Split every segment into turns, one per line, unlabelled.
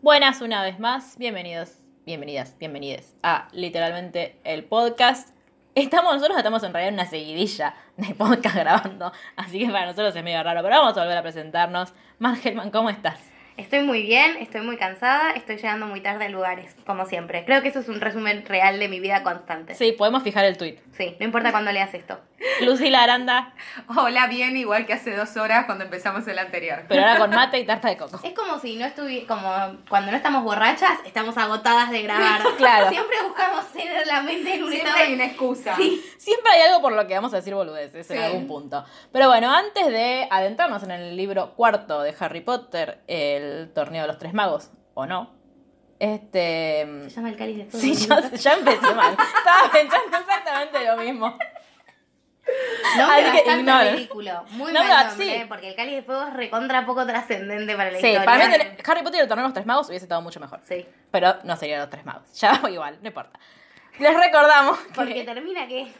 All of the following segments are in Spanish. Buenas una vez más, bienvenidos, bienvenidas, bienvenides a literalmente el podcast. Estamos, nosotros estamos en realidad en una seguidilla de podcast grabando, así que para nosotros es medio raro, pero vamos a volver a presentarnos. Margelman, ¿cómo estás?
Estoy muy bien, estoy muy cansada, estoy llegando muy tarde a lugares, como siempre. Creo que eso es un resumen real de mi vida constante.
Sí, podemos fijar el tweet.
Sí, no importa cuándo leas esto.
Lucila Aranda,
Hola, bien, igual que hace dos horas cuando empezamos el anterior.
pero ahora con mate y tarta de coco.
Es como si no estuvi como cuando no estamos borrachas, estamos agotadas de grabar.
Claro.
Siempre buscamos tener la mente en un
Siempre
estado
hay una excusa.
Siempre hay algo por lo que vamos a decir boludeces en
Sí.
algún punto. Pero bueno, antes de adentrarnos en el libro cuarto de Harry Potter, el torneo de los tres magos, o no, este...
Se llama el cáliz de fuego.
Sí, ya, ya empecé mal. Estaba pensando exactamente lo mismo.
Nombre
Así que
bastante
ignoro.
ridículo. Muy
No,
mal
no,
nombre,
sí.
porque el cáliz de fuego es recontra poco trascendente para la
Sí,
historia.
para mí tener- Harry Potter y el torneo de los tres magos hubiese estado mucho mejor.
Sí,
Pero no serían los tres magos. Ya igual, no importa. Les recordamos que-
porque termina que...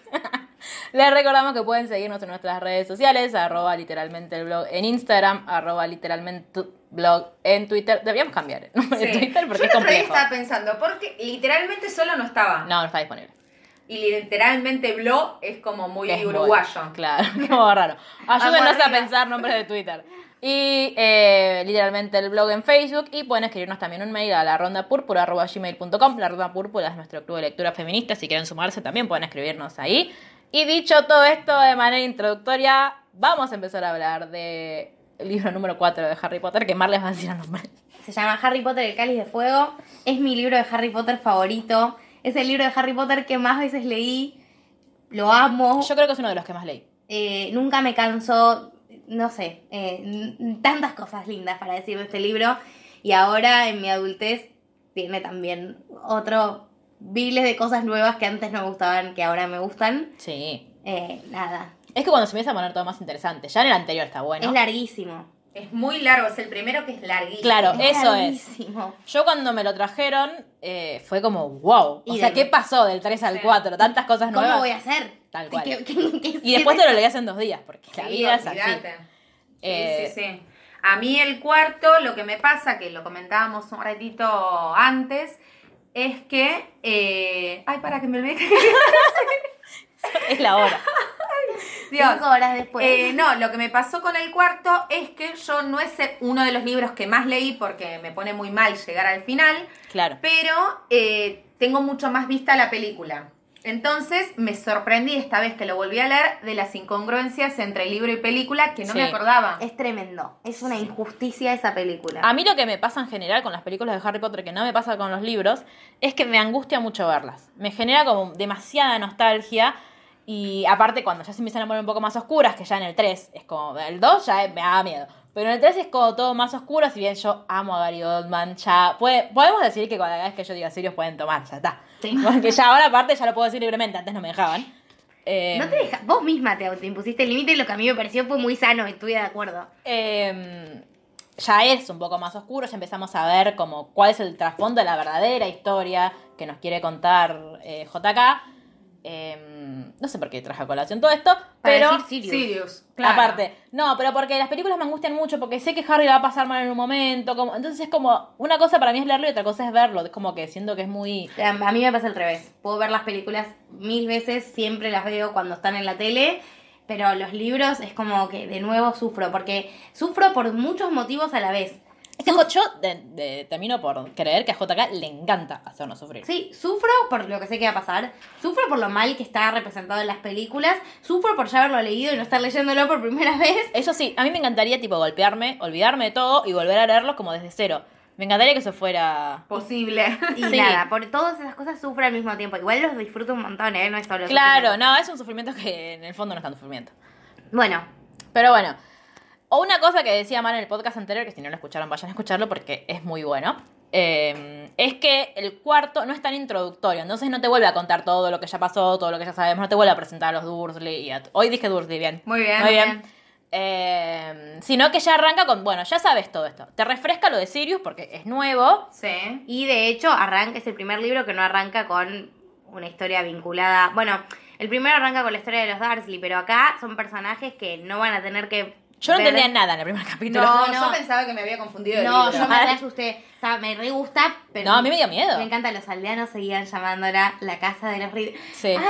Les recordamos que pueden seguirnos en nuestras redes sociales, arroba literalmente el blog en Instagram, arroba literalmente tu- blog en Twitter. Deberíamos cambiar el nombre de
Sí.
Twitter porque
Yo
es
el otro día
complejo.
estaba pensando, porque literalmente solo no estaba.
No, no está disponible.
Y literalmente Blo es como muy
Es muy-
uruguayo.
claro, como raro. Ayúdenos a
Aburrida.
pensar nombres de Twitter. Y eh, literalmente el blog en Facebook y pueden escribirnos también un mail a la ronda púrpura gmail.com. La ronda púrpura es nuestro club de lectura feminista. Si quieren sumarse también pueden escribirnos ahí. Y dicho todo esto de manera introductoria, vamos a empezar a hablar de el libro número 4 de Harry Potter, que Mar les va a decir el nombre.
Se llama Harry Potter el cáliz de fuego. Es mi libro de Harry Potter favorito. Es el libro de Harry Potter que más veces leí. Lo amo.
Yo creo que es uno de los que más leí.
Eh, nunca me canso. No sé. eh, n- n- tantas cosas lindas para decir de este libro. Y ahora en mi adultez tiene también otro miles de cosas nuevas que antes no me gustaban, que ahora me gustan.
Sí.
Eh, nada.
Es que cuando se empieza a poner todo más interesante, ya en el anterior está bueno.
Es larguísimo.
Es muy largo, es el primero que es larguísimo.
Claro, eso
Es
es.
larguísimo.
Yo cuando me lo trajeron eh, fue como, wow. O
Y
sea,
del-
¿qué pasó del 3 al 4? Tantas cosas
¿Cómo
nuevas.
voy a hacer?
Tal cual.
¿Qué- qué- qué-
Y después te lo leías en dos días, porque la
Sí,
vida es así.
olvídate. Sí,
Eh,
sí, sí. A mí el cuarto, lo que me pasa, que lo comentábamos un ratito antes, es que... eh, Ay, para que me olvide.
Es la hora.
Dios.
Cinco horas
Pues.
después.
Eh, no, lo que me pasó con el cuarto es que yo no es el- uno de los libros que más leí porque me pone muy mal llegar al final,
Claro.
pero eh, tengo mucho más vista la película. Entonces me sorprendí esta vez que lo volví a leer de las incongruencias entre libro y película que no me
Sí.
acordaba.
Es tremendo. Es una injusticia esa película.
A mí lo que me pasa en general con las películas de Harry Potter, que no me pasa con los libros, es que me angustia mucho verlas. Me genera como demasiada nostalgia. Y aparte, cuando ya se empiezan a poner un poco más oscuras, que ya en el 3 es como. El 2 ya es- me da miedo. Pero en el 3 es como todo más oscuro. Si bien yo amo a Gary Oldman, ya. puede- podemos decir que cada vez que yo diga serios pueden tomar, ya está.
Sí.
Porque ya ahora, aparte, ya lo puedo decir libremente. Antes no me dejaban. Eh,
No te deja- Vos misma te autoimpusiste el límite y lo que a mí me pareció fue muy sano, estuve de acuerdo.
eh, ya es un poco más oscuro, ya empezamos a ver como cuál es el trasfondo de la verdadera historia que nos quiere contar eh, JK. Eh, no sé por qué traje a colación todo esto, pero...
Para decir Sirius.
Sirius,
Aparte, no, pero porque las películas me angustian mucho, porque sé que Harry la va a pasar mal en un momento, como, entonces es como, una cosa para mí es leerlo y otra cosa es verlo, es como que siento que es muy...
A Eh, a mí me pasa al revés. Puedo ver las películas mil veces, siempre las veo cuando están en la tele, pero los libros es como que de nuevo sufro, porque sufro por muchos motivos a la vez.
Es que yo de- de- termino por creer que a JK le encanta hacernos sufrir.
Sí, sufro por lo que sé que va a pasar, sufro por lo mal que está representado en las películas, sufro por ya haberlo leído y no estar leyéndolo por primera vez.
Eso sí, a mí me encantaría tipo golpearme, olvidarme de todo y volver a leerlo como desde cero. Me encantaría que eso fuera.
Posible.
Y
Sí.
nada, por todas esas cosas sufro al mismo tiempo. Igual los disfruto un montón, ¿eh? No es solo
Claro,
sufrimiento.
no, es un sufrimiento que en el fondo no es tanto sufrimiento.
Bueno,
Pero bueno, o una cosa que decía Mar en el podcast anterior, que si no lo escucharon, vayan a escucharlo porque es muy bueno. eh, es que el cuarto no es tan introductorio, entonces no te vuelve a contar todo lo que ya pasó, todo lo que ya sabemos, no te vuelve a presentar a los Dursley. Y a- Hoy dije Dursley, bien.
Muy bien,
Muy
muy
bien.
bien.
Eh, sino que ya arranca con, bueno, ya sabes todo esto. Te refresca lo de Sirius porque es nuevo.
Sí.
y de hecho arranca, es el primer libro que no arranca con una historia vinculada. Bueno, el primero arranca con la historia de los Darsley, pero acá son personajes que no van a tener que.
Yo no
ver-
entendía nada en el primer capítulo.
No,
no,
yo
no.
pensaba que me había confundido. el
No,
libro.
yo me re asusté. O sea, me re gusta, pero.
No, a mí me dio miedo.
Me encanta, los aldeanos seguían llamándola la casa de los Reed.
Sí. Ah,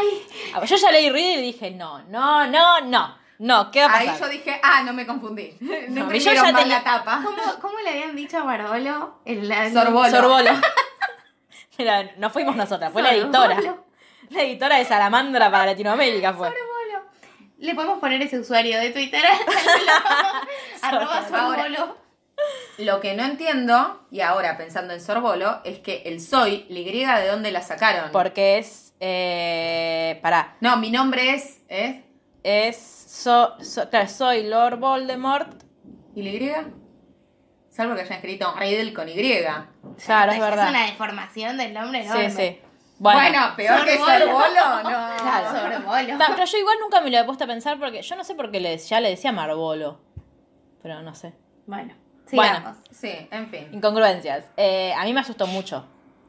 Ay,
Yo ya leí Reed y dije, no, no, no, no. No, ¿qué va a pasar?
Ahí yo dije, ah, no me confundí.
No, yo
No, me
ya
mal
tenía-
la tapa.
¿cómo, cómo le habían dicho a Barbolo? En la...
Sorbolo.
Sorbolo. Mira, no fuimos nosotras, fue la
Sorbolo.
editora. La editora de Salamandra para Latinoamérica fue.
Le podemos poner ese usuario de Twitter. Arroba Sorbolo.
Lo que no entiendo, y ahora pensando en Sorbolo, es que el soy, la Y, ¿de dónde la sacaron?
Porque es. Eh, pará.
No, mi nombre es. ¿eh?
Es. So, so- claro, soy Lord Voldemort.
¿Y la Y? Salvo que hayan escrito Riddle con Y.
Claro, es
Es
verdad.
una deformación del nombre, ¿no?
Sí, sí. Bueno.
Bueno, peor que Sorbolo, no.
Claro, Sorbolo.
Ta, pero yo igual nunca me lo he puesto a pensar porque yo no sé por qué le, ya le decía Marbolo. Pero no sé.
Bueno,
Bueno.
sigamos.
Sí, en fin.
Incongruencias. Eh, a mí me asustó mucho.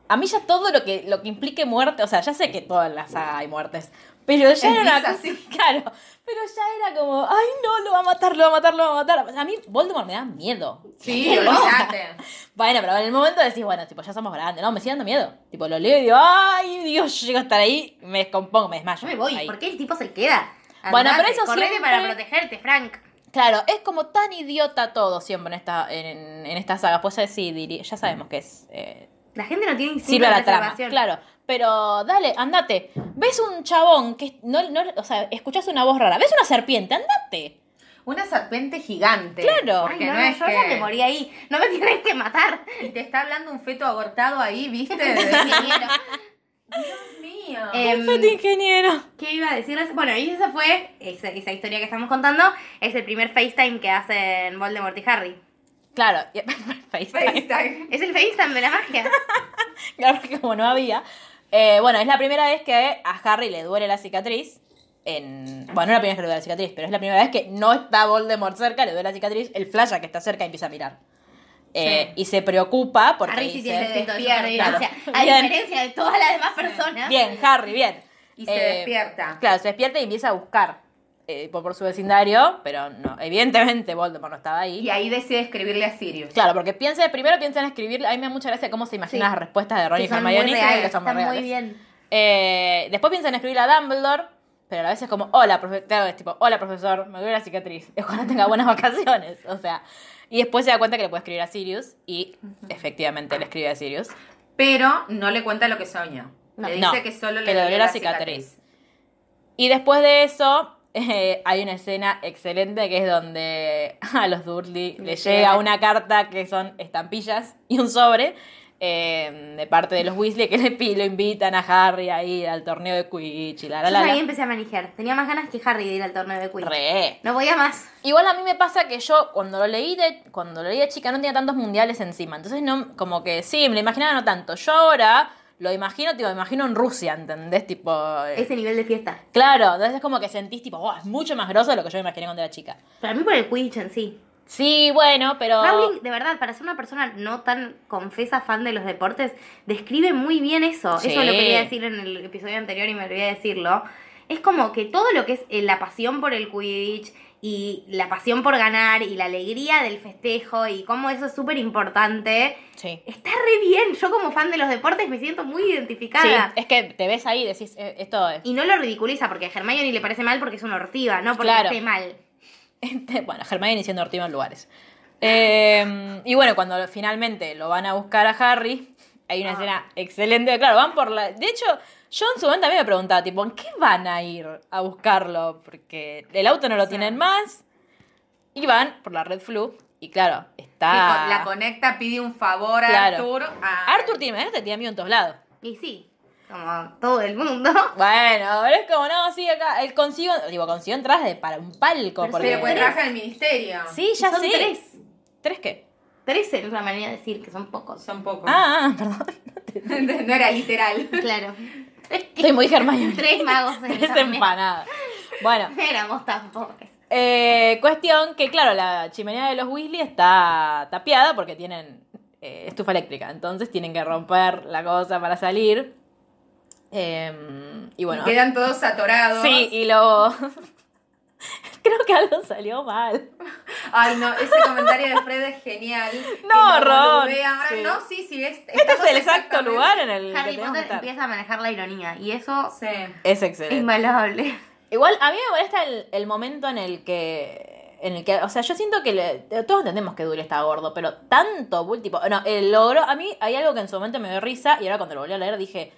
A mí ya todo lo que, lo que implique muerte, o sea, ya sé que todas las saga hay muertes, pero ya
En
era una
Pixar,
cosa-
sí.
claro, pero ya era como, ay no, lo va a matar, lo va a matar, lo va a matar. O sea, a mí Voldemort me da miedo.
Sí, olvídate.
Bueno, pero en el momento decís, bueno, tipo, ya somos grandes, no, me sigue dando miedo. Tipo, lo leo y digo, ay Dios, yo llego a estar ahí, me descompongo, me desmayo.
Yo me voy.
Ahí.
¿Por qué el tipo se queda?
Bueno,
Andate,
pero eso
correte
siempre-
para protegerte, Frank.
Claro, es como tan idiota todo siempre en esta, en, en esta saga. Pues ya sí, diría- ya
Mm.
sabemos que es eh,
La gente no tiene instinto
sirve
de
a la trama.
preservación.
Claro, pero dale, andate. Ves un chabón que no, no, o sea, escuchás una voz rara. Ves una serpiente, andate.
Una serpiente gigante.
Claro.
Porque
Ay, no,
no, es
yo
que...
ya me morí ahí. No me tienes que matar.
Y te está hablando un feto abortado ahí, ¿viste? De ingeniero. Dios mío.
Em,
Perfecto, ingeniero.
¿Qué iba a decirles? Bueno, y esa fue, esa, esa historia que estamos contando, es el primer FaceTime que hacen Voldemort y Harry.
Claro, y- FaceTime.
FaceTime.
Es el FaceTime de la magia.
Claro, porque como no había. eh, bueno, es la primera vez que a Harry le duele la cicatriz. En, bueno, no es la primera vez que le duele la cicatriz, pero es la primera vez que no está Voldemort cerca, le duele la cicatriz, el flasha que está cerca y empieza a mirar. Eh,
Sí.
Y se preocupa porque
Harry sí
dice,
tiene instinto de
despierta.
supervivencia. A
Bien.
diferencia de todas las demás personas.
Bien, Harry, bien. Eh,
Y se despierta.
Claro, se despierta y empieza a buscar eh, por, por su vecindario, pero no, evidentemente Voldemort no estaba ahí.
Y ahí decide escribirle a Sirius.
Claro, porque piensa, primero piensa en escribir, a mí me da mucha gracia cómo se imaginan
Sí.
las respuestas de Ron y
Que son muy
Hermione,
reales,
que son muy
están muy
reales.
bien.
Eh, después piensa en escribir a Dumbledore, pero a la vez es como, hola, profe claro, es tipo, hola profesor, me duele la cicatriz, ojalá tenga buenas vacaciones, o sea. Y después se da cuenta que le puede escribir a Sirius y efectivamente le escribe a Sirius.
Pero no le cuenta lo que soñó.
No.
le
No,
dice que solo
que
le
le dolió
dolió
la Y después de eso, eh, hay una escena excelente que es donde a los Dursley
Le
les
llega.
llega una carta que son estampillas y un sobre eh, de parte de los Weasley que le pi- lo invitan a Harry a ir al torneo de Quidditch y la la
Yo
la. la.
ahí empecé a manejar. Tenía más ganas que Harry de ir al torneo de Quidditch.
Re.
No podía más.
Igual a mí me pasa que yo cuando lo leí de cuando lo leí de chica no tenía tantos mundiales encima, entonces no como que sí, me lo imaginaba no tanto. Yo ahora lo imagino, tipo, me imagino en Rusia, ¿entendés? Tipo eh,
Ese nivel de fiesta.
Claro, entonces es como que sentís tipo, "Oh, es mucho más grosso de lo que yo me imaginé cuando era chica.
Para mí por el Quidditch en sí.
Sí, bueno, pero
Rowling, de verdad, para ser una persona no tan confesa fan de los deportes, describe muy bien eso.
Sí.
Eso lo quería decir en el episodio anterior y me olvidé de decirlo. Es como que todo lo que es eh, la pasión por el Quidditch y la pasión por ganar y la alegría del festejo y cómo eso es súper importante,
sí.
está re bien. Yo como fan de los deportes me siento muy
Sí,
identificada.
es que te ves ahí y decís, "Eh, esto es...
Y no lo ridiculiza porque a Hermione le parece mal porque es una ortiva, no porque
Claro.
esté mal.
Este, bueno, Hermione diciendo Ortigo en lugares. Eh, y bueno, cuando finalmente lo van a buscar a Harry, hay
Ah.
una escena excelente. Claro, van por la. De hecho, yo en su momento también me preguntaba, tipo, ¿en qué van a ir a buscarlo? Porque el auto no lo tienen más. Y van por la Red Flu. Y claro,
Que
está.
con- La conecta, pide un favor a
Ah. Claro.
Arthur. a-
Arthur tiene, imagínate, tiene amigos en todos lados.
Y sí, como todo el mundo.
Bueno, pero es como, no, sí, acá. Él consigo, digo, consigo entradas de, para un palco.
Pero
porque-
Pero pues trabaja en el ministerio.
Sí, ya
son
sé.
tres.
¿Tres qué?
Tres es la manera de decir que son pocos.
Son pocos.
Ah, ah, perdón.
no era literal.
Claro.
Estoy muy Hermione.
Tres magos en
Tres
esa mesa.
empanadas. Bueno,
Éramos tan pobres.
Eh, cuestión que, claro, la chimenea de los Weasley está tapiada porque tienen eh, estufa eléctrica. Entonces tienen que romper la cosa para salir. Eh, y bueno.
Y quedan todos atorados.
sí, y luego. Creo que algo salió mal.
Ay, no, ese comentario de Fred es genial. Que
No,
lo
Ron.
boludea. Ahora,
Sí.
no, sí, sí. Es,
Este es el exacto lugar en el que
Harry
tenemos que
Potter
estar.
empieza a manejar la ironía y eso
Sí.
Es
es
excelente.
invaluable.
Igual, a mí me molesta el, el momento en el que. En el que, o sea, yo siento que le- todos entendemos que Duro está gordo, pero tanto bull, tipo, no, el logro, a mí hay algo que en su momento me dio risa y ahora cuando lo volví a leer dije,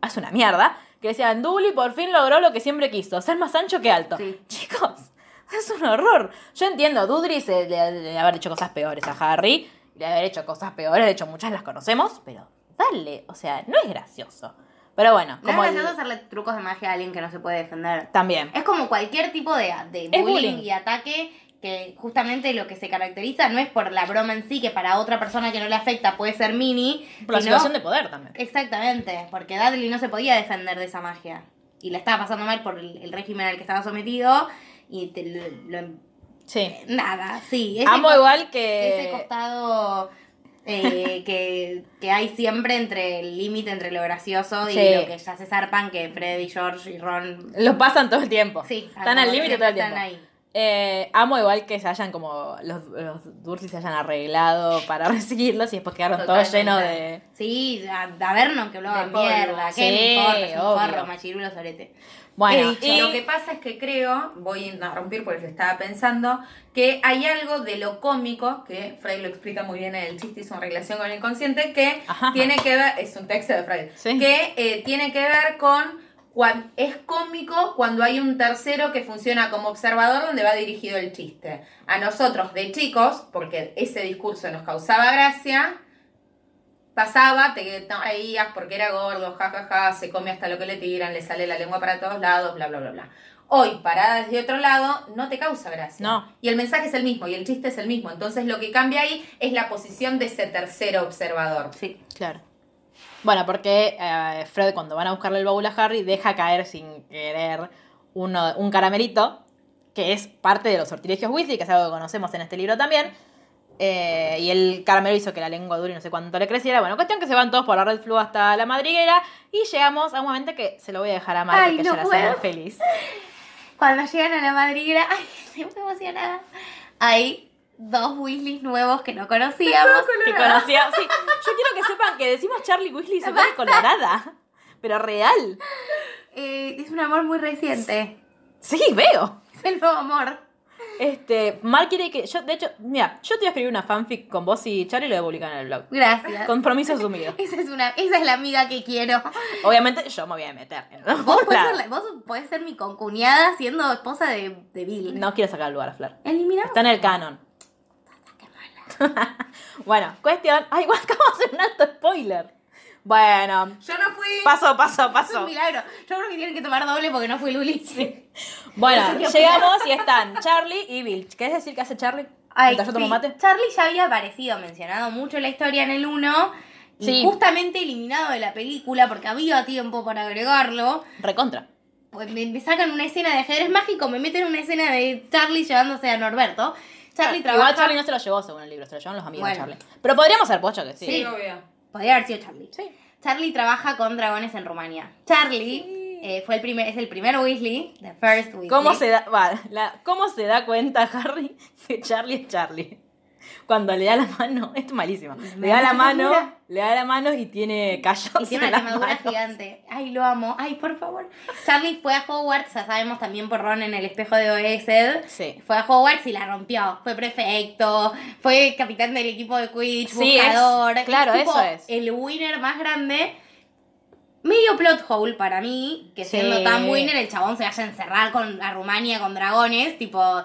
hace una mierda, que decían, Duli por fin logró lo que siempre quiso, ser más ancho que alto.
Sí.
Chicos, es un horror. Yo entiendo, Dudley se, le, le haber hecho cosas peores a Harry, le haber hecho cosas peores, de hecho muchas las conocemos, pero dale, o sea, no es gracioso. Pero bueno,
No es
como el-
gracioso hacerle trucos de magia a alguien que no se puede defender.
también.
Es como cualquier tipo de, de
Es
bullying,
bullying.
y ataque que justamente lo que se caracteriza no es por la broma en sí, que para otra persona que no le afecta puede ser mini,
Por la
sino-
situación de poder también.
Exactamente, porque Dudley no se podía defender de esa magia. Y la estaba pasando mal por el, el régimen al que estaba sometido y te- lo, lo-
Sí.
nada, sí. ese
Amo
co-
igual
Ese
que.
costado eh, que, que hay siempre entre el límite entre lo gracioso y
Sí.
lo que ya se zarpan, que Freddy, George y Ron...
Lo pasan todo el tiempo.
Sí,
Están al
como
límite
siempre
todo el tiempo.
Están ahí.
Eh, amo igual que se hayan como. Los, los Dursley se hayan arreglado para recibirlos y después quedaron todos
Totalmente.
llenos de.
Sí, a, a Vernon que hablaba
De polvo.
mierda, que
Sí,
me importa, es un
obvio.
forro, machirulo, sorete.
Bueno,
y
y-
Eh, lo que pasa es que creo, voy a interrumpir porque yo estaba pensando, que hay algo de lo cómico, que Freud lo explica muy bien en el chiste y su relación con el inconsciente, que
Ajá.
tiene que ver, es un texto de Freud,
Sí.
que eh, tiene que ver con, cuan- es cómico cuando hay un tercero que funciona como observador donde va dirigido el chiste. A nosotros de chicos, porque ese discurso nos causaba gracia, pasaba, te reías porque era gordo, jajaja, se come hasta lo que le tiran, le sale la lengua para todos lados, bla, bla, bla, bla. Hoy, parada desde otro lado, no te causa gracia.
No.
Y el mensaje es el mismo, y el chiste es el mismo. Entonces lo que cambia ahí es la posición de ese tercero observador.
Sí.
Claro. Bueno, porque eh, Fred, cuando van a buscarle el baúl a Harry, deja caer sin querer uno, un caramelito, que es parte de los sortilegios Weasley, que es algo que conocemos en este libro también. Eh, y el caramelo hizo que la lengua dure y no sé cuánto le creciera. Bueno, cuestión que se van todos por la red flu hasta la madriguera. Y llegamos a un momento que se lo voy a dejar a Mar
Ay,
porque
no
ella la
puedo.
hace muy feliz.
Cuando llegan a la madriguera, ay, estoy muy emocionada. Hay dos Weasleys nuevos que no conocíamos.
Que conocía. Sí, yo quiero que sepan que decimos Charlie Weasley y se pone colorada. Pero real.
Eh, es un amor muy reciente.
Sí, veo.
Es el nuevo amor.
Este, Mar quiere que. Yo, de hecho, mira, yo te voy a escribir una fanfic con vos y Charlie y lo voy a publicar en el blog.
Gracias.
Compromiso asumido.
Esa es, una, esa es la amiga que quiero.
Obviamente yo me voy a meter. en algún
Vos podés,
lado.
ser, la- vos podés ser mi concuñada siendo esposa de, de Bill.
No quiero sacar el lugar a Flor.
Eliminamos.
Está en el canon. bueno, cuestión. Ay, igual acabamos de hacer un alto spoiler. Bueno,
Yo no fui...
paso, paso,
Es un
paso.
milagro. Yo creo que tienen que tomar doble porque no fui Luli.
Bueno, llegamos y están Charlie y Bill. ¿Querés decir qué hace Charlie?
Ay,
Mientras yo tomo
sí.
mate.
Charlie ya había aparecido, mencionado mucho en la historia en el 1 y
Sí.
justamente eliminado de la película porque había tiempo para agregarlo.
Recontra.
Pues me, me sacan una escena de ajedrez mágico, me meten una escena de Charlie llevándose a Norberto. Charlie trabaja.
Ah, Igual Charlie no se lo llevó según el libro, se lo llevaron los amigos de
Bueno.
Charlie. Pero podríamos ser pocho que sí.
Sí.
obvio.
Podría haber sido Charlie.
Sí.
Charlie trabaja con dragones en Rumania. Charlie eh, fue el primer, es el primer Weasley, the first Weasley.
¿Cómo se, da, va, la- ¿Cómo se da cuenta Harry que Charlie es Charlie? Cuando le da la mano, esto es malísimo. Le da la mano, le da la mano y tiene callos.
Y tiene
en
una
las
quemadura
manos.
gigante. Ay, lo amo. Ay, por favor. Charlie fue a Hogwarts, ya sabemos también por Ron en el espejo de E Oesed.
Sí.
Fue a Hogwarts y la rompió. Fue prefecto, fue capitán del equipo de Quidditch,
Sí, es-
buscador.
claro,
tipo
eso es.
El winner más grande. Medio plot hole para mí, que
Sí.
siendo tan winner el chabón se vaya a encerrar con, a Rumania con dragones, tipo...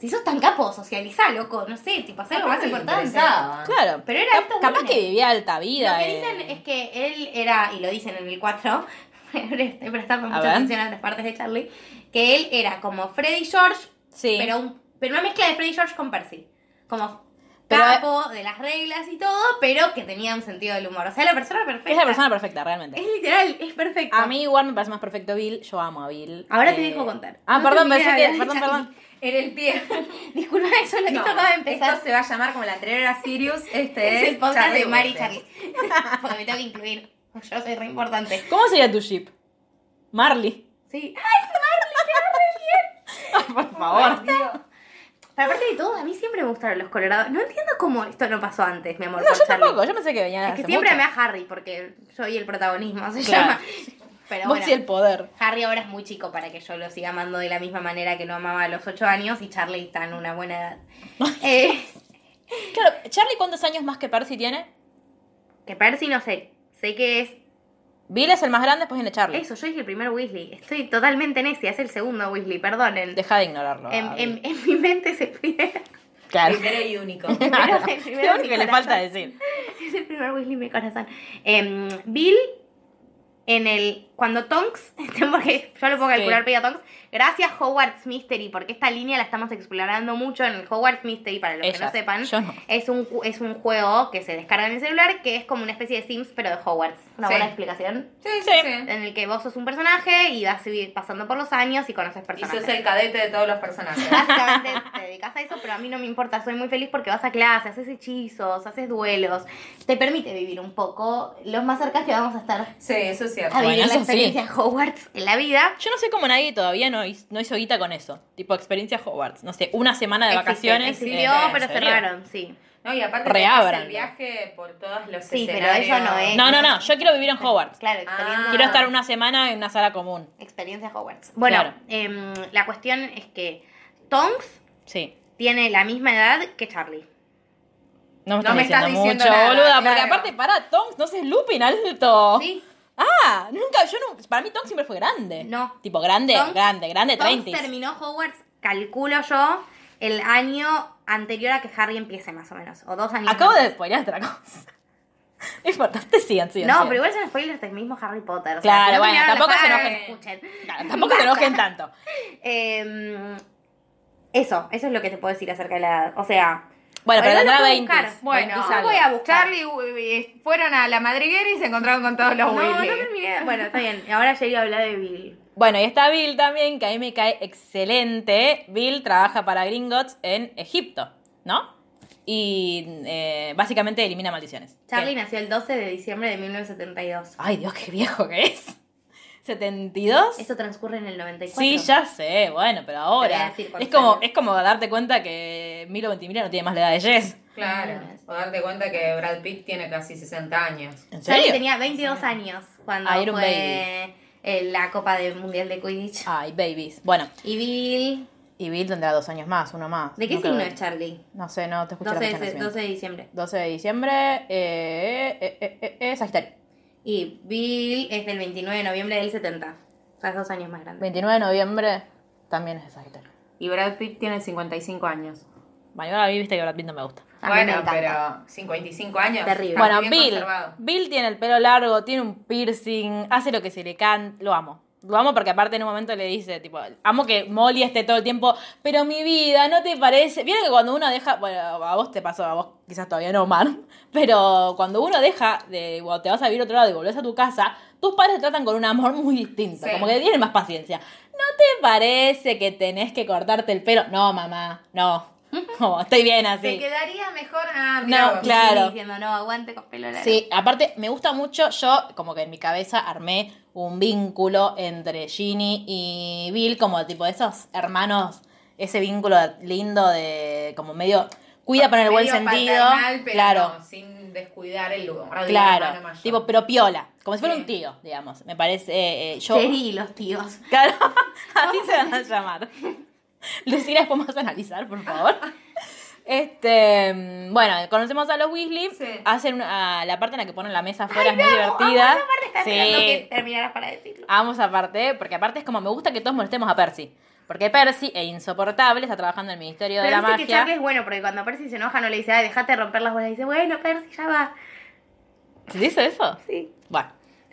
Si sos tan capo, socializá, loco, no sé, tipo, haz algo más importante.
Claro,
Pero era
cap-
alto
capaz
bueno.
que vivía alta
Lo
vida.
que
eh.
dicen es que él era, y lo dicen en el 4, estoy prestando
A
mucha
ver.
atención a las partes de Charlie, que él era como Freddy George,
Sí.
pero, un- pero una mezcla de Freddy George con Percy. Como
Pero-
capo de las reglas y todo, pero que tenía un sentido del humor. O sea, la persona perfecta.
es la persona perfecta, realmente.
Es literal, es perfecto.
A mí igual me parece más perfecto Bill. Yo amo a Bill.
Ahora te
Eh,
dejo contar.
Ah,
No
perdón, pensé
terminé de
que.
hablar,
Perdón,
Charlie.
perdón.
En el tiempo.
Disculpa, eso lo
No,
esto acaba de empezar.
Esto se va a llamar como la anterior a Sirius. Este
es
es
el podcast
Charlie
de Mari
Murphy.
Charlie. Porque me tengo que incluir. Yo soy re importante.
¿Cómo sería tu ship? Marley.
Sí. ¡Ay,
Por
Marley,
favor.
qué horror, tío! Pero aparte de todo, a mí siempre me gustaron los colorados. No entiendo cómo esto no pasó antes, mi amor.
No,
con
yo
Charlie.
tampoco. Yo pensé que venía de
Es que
hace
siempre amé
mucho.
a Harry porque soy el protagonismo, se
Claro.
llama. Pero
Vos
bueno,
y el poder.
Harry ahora es muy chico para que yo lo siga amando de la misma manera que lo amaba a los 8 años y Charlie está en una buena edad. Eh,
Claro, Charlie, ¿cuántos años más que Percy tiene?
que Percy no sé, sé que es
Bill es el más grande, después viene Charlie.
Eso, yo dije el primer Weasley. Estoy totalmente necia, es el segundo Weasley, perdonen.
Deja de ignorarlo.
En,
a Bill.
en- en mi mente es el primer,
Claro.
Primero y único.
primero- el primero
Lo
en mi
único que le
corazón.
falta decir.
es el primer Weasley en mi corazón. Em, Bill, en el cuando Tonks, este, porque yo lo puedo calcular,
Sí.
pero Tonks, gracias Hogwarts Mystery, porque esta línea la estamos explorando mucho en el Hogwarts Mystery, para los que
Ella,
no sepan.
yo no.
Es un, ju- es un juego que se descarga en el celular, que es como una especie de Sims, pero de Hogwarts. Una
Sí.
buena explicación.
Sí, sí,
Sí.
sí.
en el que vos sos un personaje y vas subi- pasando por los años y conoces
Y sos
personajes.
el cadete de todos los personajes.
Básicamente te dedicas a eso, pero a mí no me importa, soy muy feliz porque vas a clase, haces hechizos, haces duelos, te permite vivir un poco lo más cerca que vamos a estar
Sí, eso es cierto.
a vivir la
eso sí.
experiencia Hogwarts en la vida.
Yo no sé cómo nadie todavía no, hiz- no hizo guita con eso. Tipo experiencia Hogwarts. No sé, una semana de
Existe,
vacaciones.
Existió,
eh,
pero
¿en serio?
cerraron, sí.
No, y aparte
Reabran.
tenés el viaje por todos los
Sí, pero
escenarios.
eso no es.
No, no, no. Yo quiero vivir en Hogwarts.
Claro,
Ah.
experiencia.
Quiero estar una semana en una sala común.
Experiencia Hogwarts. Bueno,
Claro.
em, la cuestión es que Tonks
Sí.
tiene la misma edad que Charlie.
No me,
No me
estás
estás
diciendo
diciendo
mucho,
nada,
boluda. Porque
claro.
aparte, para Tonks, no sé, Lupin alto.
Sí.
Ah, nunca, yo nunca. Para mí Tonks siempre fue grande.
No.
Tipo, grande,
Tonks-
grande, grande,
Tonks
30.
terminó Hogwarts, calculo yo, el año anterior a que Harry empiece, más o menos. O dos años.
Acabo
antes.
de spoilear otra cosa. No importa, ustedes sigan, sigan.
No,
sigan.
pero igual son spoilers del mismo Harry Potter. o sea,
Claro,
si no
bueno,
miraron la
tampoco se
saga,
enojen.
escuchen.
Claro, tampoco se enojen tanto.
Em, eso, eso es lo que te puedo decir acerca de la. O sea.
Bueno, pero tendrá
ahora lo puedo
20.
buscar.
Bueno,
Yo
algo.
voy a buscar.
Charlie eh, fueron a la madriguera y se encontraron con todos los
no, no
Weasley.
terminé. Bueno, está bien. Ahora llegué a hablar de Bill.
Bueno, y está Bill también, que a mí me cae excelente. Bill trabaja para Gringotts en Egipto, ¿no? Y eh, básicamente elimina maldiciones.
Charlie
Que-
nació el 12 de diciembre de 1972.
Ay, Dios, qué viejo que es. ¿72?
Esto transcurre en el 94.
Sí, ya sé, bueno, pero
Te voy a
ahora.
decir
Es
cuántos
como,
años.
es como darte cuenta que Milo Ventimiglia no tiene más la edad de Jess.
Claro. O darte cuenta que Brad Pitt tiene casi 60 años.
¿En serio?
Charlie tenía 22 años cuando
Ah, era un
fue eh, la Copa del Mundial de Quidditch.
Ay, babies. Bueno,
Y Bill.
y Bill tendrá dos años más, uno más.
¿De qué
No creo
signo
que-
es Charlie?
No sé, no te escuché
12
la fecha de
de,
nacimiento.
12 de diciembre.
12 de diciembre, eh, eh, eh, eh, eh, Sagitario.
Y Bill es del 29 de noviembre del 70. O sea, es dos años más grande.
29 de noviembre también es de Sagitario.
Y Brad Pitt tiene 55 años.
Bueno, ahora vi, viste que Brad Pitt no me gusta.
A mí me
bueno,
encanta.
pero 55 años.
Terrible.
está
bueno,
bien
Bill.
conservado.
Bill tiene el pelo largo, tiene un piercing, hace lo que se le canta. Lo amo. Lo amo porque aparte en un momento le dice, tipo, amo que Molly esté todo el tiempo, pero mi vida, ¿no te parece? Vieron que cuando uno deja, bueno, a vos te pasó, a vos quizás todavía no, Omar, pero cuando uno deja de, o te vas a vivir a otro lado y volvés a tu casa, tus padres te tratan con un amor muy distinto,
Sí.
como que tienen más paciencia. ¿No te parece que tenés que cortarte el pelo? No, mamá, no. Como, estoy bien
¿Te
así.
quedaría mejor? Ah,
No,
mira vos.
claro.
Y Bill diciendo, no, aguante con pelo largo.
Sí, aparte me gusta mucho, yo como que en mi cabeza armé un vínculo entre Ginny y Bill, como tipo de esos hermanos, ese vínculo lindo de como medio, cuida pero en el buen
Medio
sentido,
paternal, pero
claro,
no, sin descuidar el lugar. del hermano
claro,
mayor.
tipo pero piola, como si fuera
Sí.
un tío, digamos, me parece, eh, eh, yo,
Jerry y los tíos.
claro, así se van a llamar. Lucila, después vamos a analizar, por favor. Este, mm, bueno, conocemos a los Weasley,
Sí.
hacen una- la parte en la que ponen la mesa afuera es muy
Amo, amo
divertida.
esa parte, estaba esperando que terminaras para decirlo.
Vamos aparte, porque aparte es como me gusta que todos molestemos a Percy. Porque Percy, e insoportable, está trabajando en el Ministerio
Pero
de la
viste que Charlie
Magia.
es bueno, porque cuando Percy se enoja no le dice, ay, dejate romper las bolas. Dice, bueno, Percy, ya va.
¿Se dice eso?
Sí.
Bueno.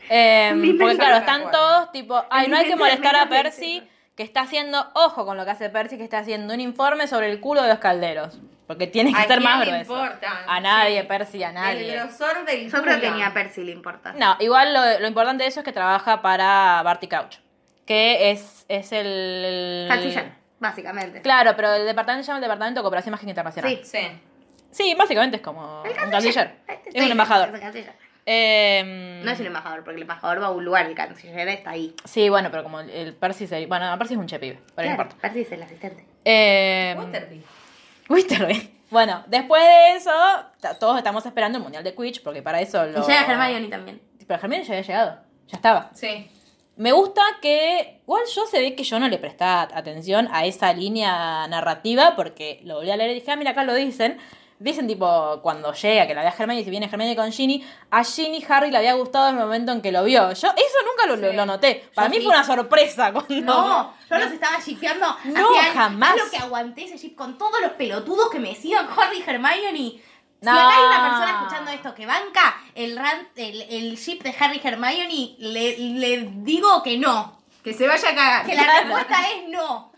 Eh,
Ni me
porque
lo
claro, están
recuerdo.
todos tipo, ay,
Ni
no hay
me
que
lo
molestar a
recuerdo.
Percy, que está haciendo, ojo con lo que hace Percy, que está haciendo un informe sobre el culo de los calderos. Porque tiene que
¿A
ser
quién
más
le
grueso.
importa?
A nadie,
Sí.
Percy, a
El
nadie.
grosor del
Yo creo que
culo.
ni a Percy le importa.
No, igual lo, lo importante de eso es que trabaja para Barty Couch, que es, es el...
Canciller, básicamente.
Claro, pero el departamento se llama el Departamento de Cooperación Mágica Internacional.
Sí.
Sí.
Sí, básicamente es como un canciller.
eh, Este, Sí,
Es un embajador.
es el canciller.
Eh,
No es un embajador, porque el embajador va a un lugar, el canciller está ahí.
Sí, bueno, pero como el- el Percy se... Bueno, no, Percy es un chepi, pero no importa.
Percy es el asistente.
Eh,
Waterby.
Waterby. ¿eh? Bueno, después de eso, ta- todos estamos esperando el Mundial de Quidditch, porque para eso lo...
Y llega Hermione también.
Pero Hermione ya había llegado, ya estaba.
Sí.
Me gusta que... Igual yo se ve que yo no le prestaba atención a esa línea narrativa, porque lo volví a leer y dije, ah, mira, acá lo dicen. Dicen, tipo, cuando llega, que la vea Hermione, y si viene Hermione con Ginny, a Ginny Harry le había gustado el momento en que lo vio. Yo eso nunca lo, lo- lo noté. Para mí
sí.
fue una sorpresa cuando...
No, yo los estaba shippeando.
No,
hace años.
jamás.
Es lo que aguanté ese ship con todos los pelotudos que me sigan, Harry y Hermione.
No.
Si acá hay una persona escuchando esto que banca el, ran- el, el ship de Harry y Hermione, le, le digo que no.
Que se vaya a cagar.
Que la respuesta es no.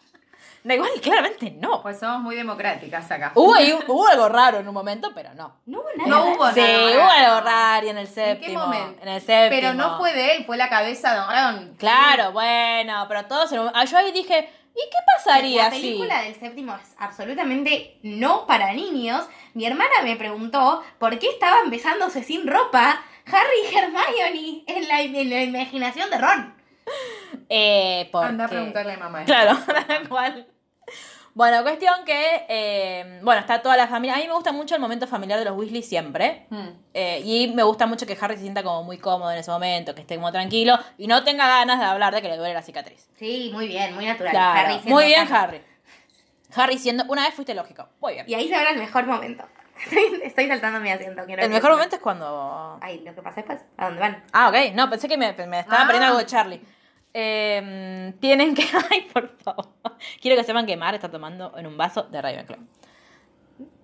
Da igual, claramente no.
Pues somos muy democráticas acá.
Hubo, ahí- hubo algo raro en un momento, pero no.
No hubo
No hubo
Sí,
nada.
hubo algo raro y en el
¿En
séptimo.
qué momento?
En el séptimo.
Pero no fue de él, fue la cabeza de Ron.
Claro, bueno, pero todos. en un- ah, Yo ahí dije, ¿y qué pasaría
La
si-
película del séptimo es absolutamente no para niños. Mi hermana me preguntó por qué estaban besándose sin ropa Harry y Hermione en la, en la imaginación de Ron.
Eh, porque...
Anda a preguntarle a mamá.
Claro, tal cual. Bueno, cuestión que. eh, bueno, está toda la familia. A mí me gusta mucho el momento familiar de los Weasley siempre.
Mm.
Eh, y me gusta mucho que Harry se sienta como muy cómodo en ese momento, que esté como tranquilo y no tenga ganas de hablar de que le duele la cicatriz.
Sí, muy bien, muy natural.
Claro.
Harry siendo
Muy bien, Harry. Harry siendo. Una vez fuiste lógico. Muy bien.
Y ahí se habrá el mejor momento. Estoy, estoy saltando mi asiento. quiero
El
que-
mejor momento es cuando.
Ay, lo que pasa después. ¿A dónde van?
Ah, ok. No, pensé que me, me estaba
Ah.
perdiendo algo de Charlie. Eh, tienen que. Ay, por favor. Quiero que sepan que Mar está tomando en un vaso de Ravenclaw.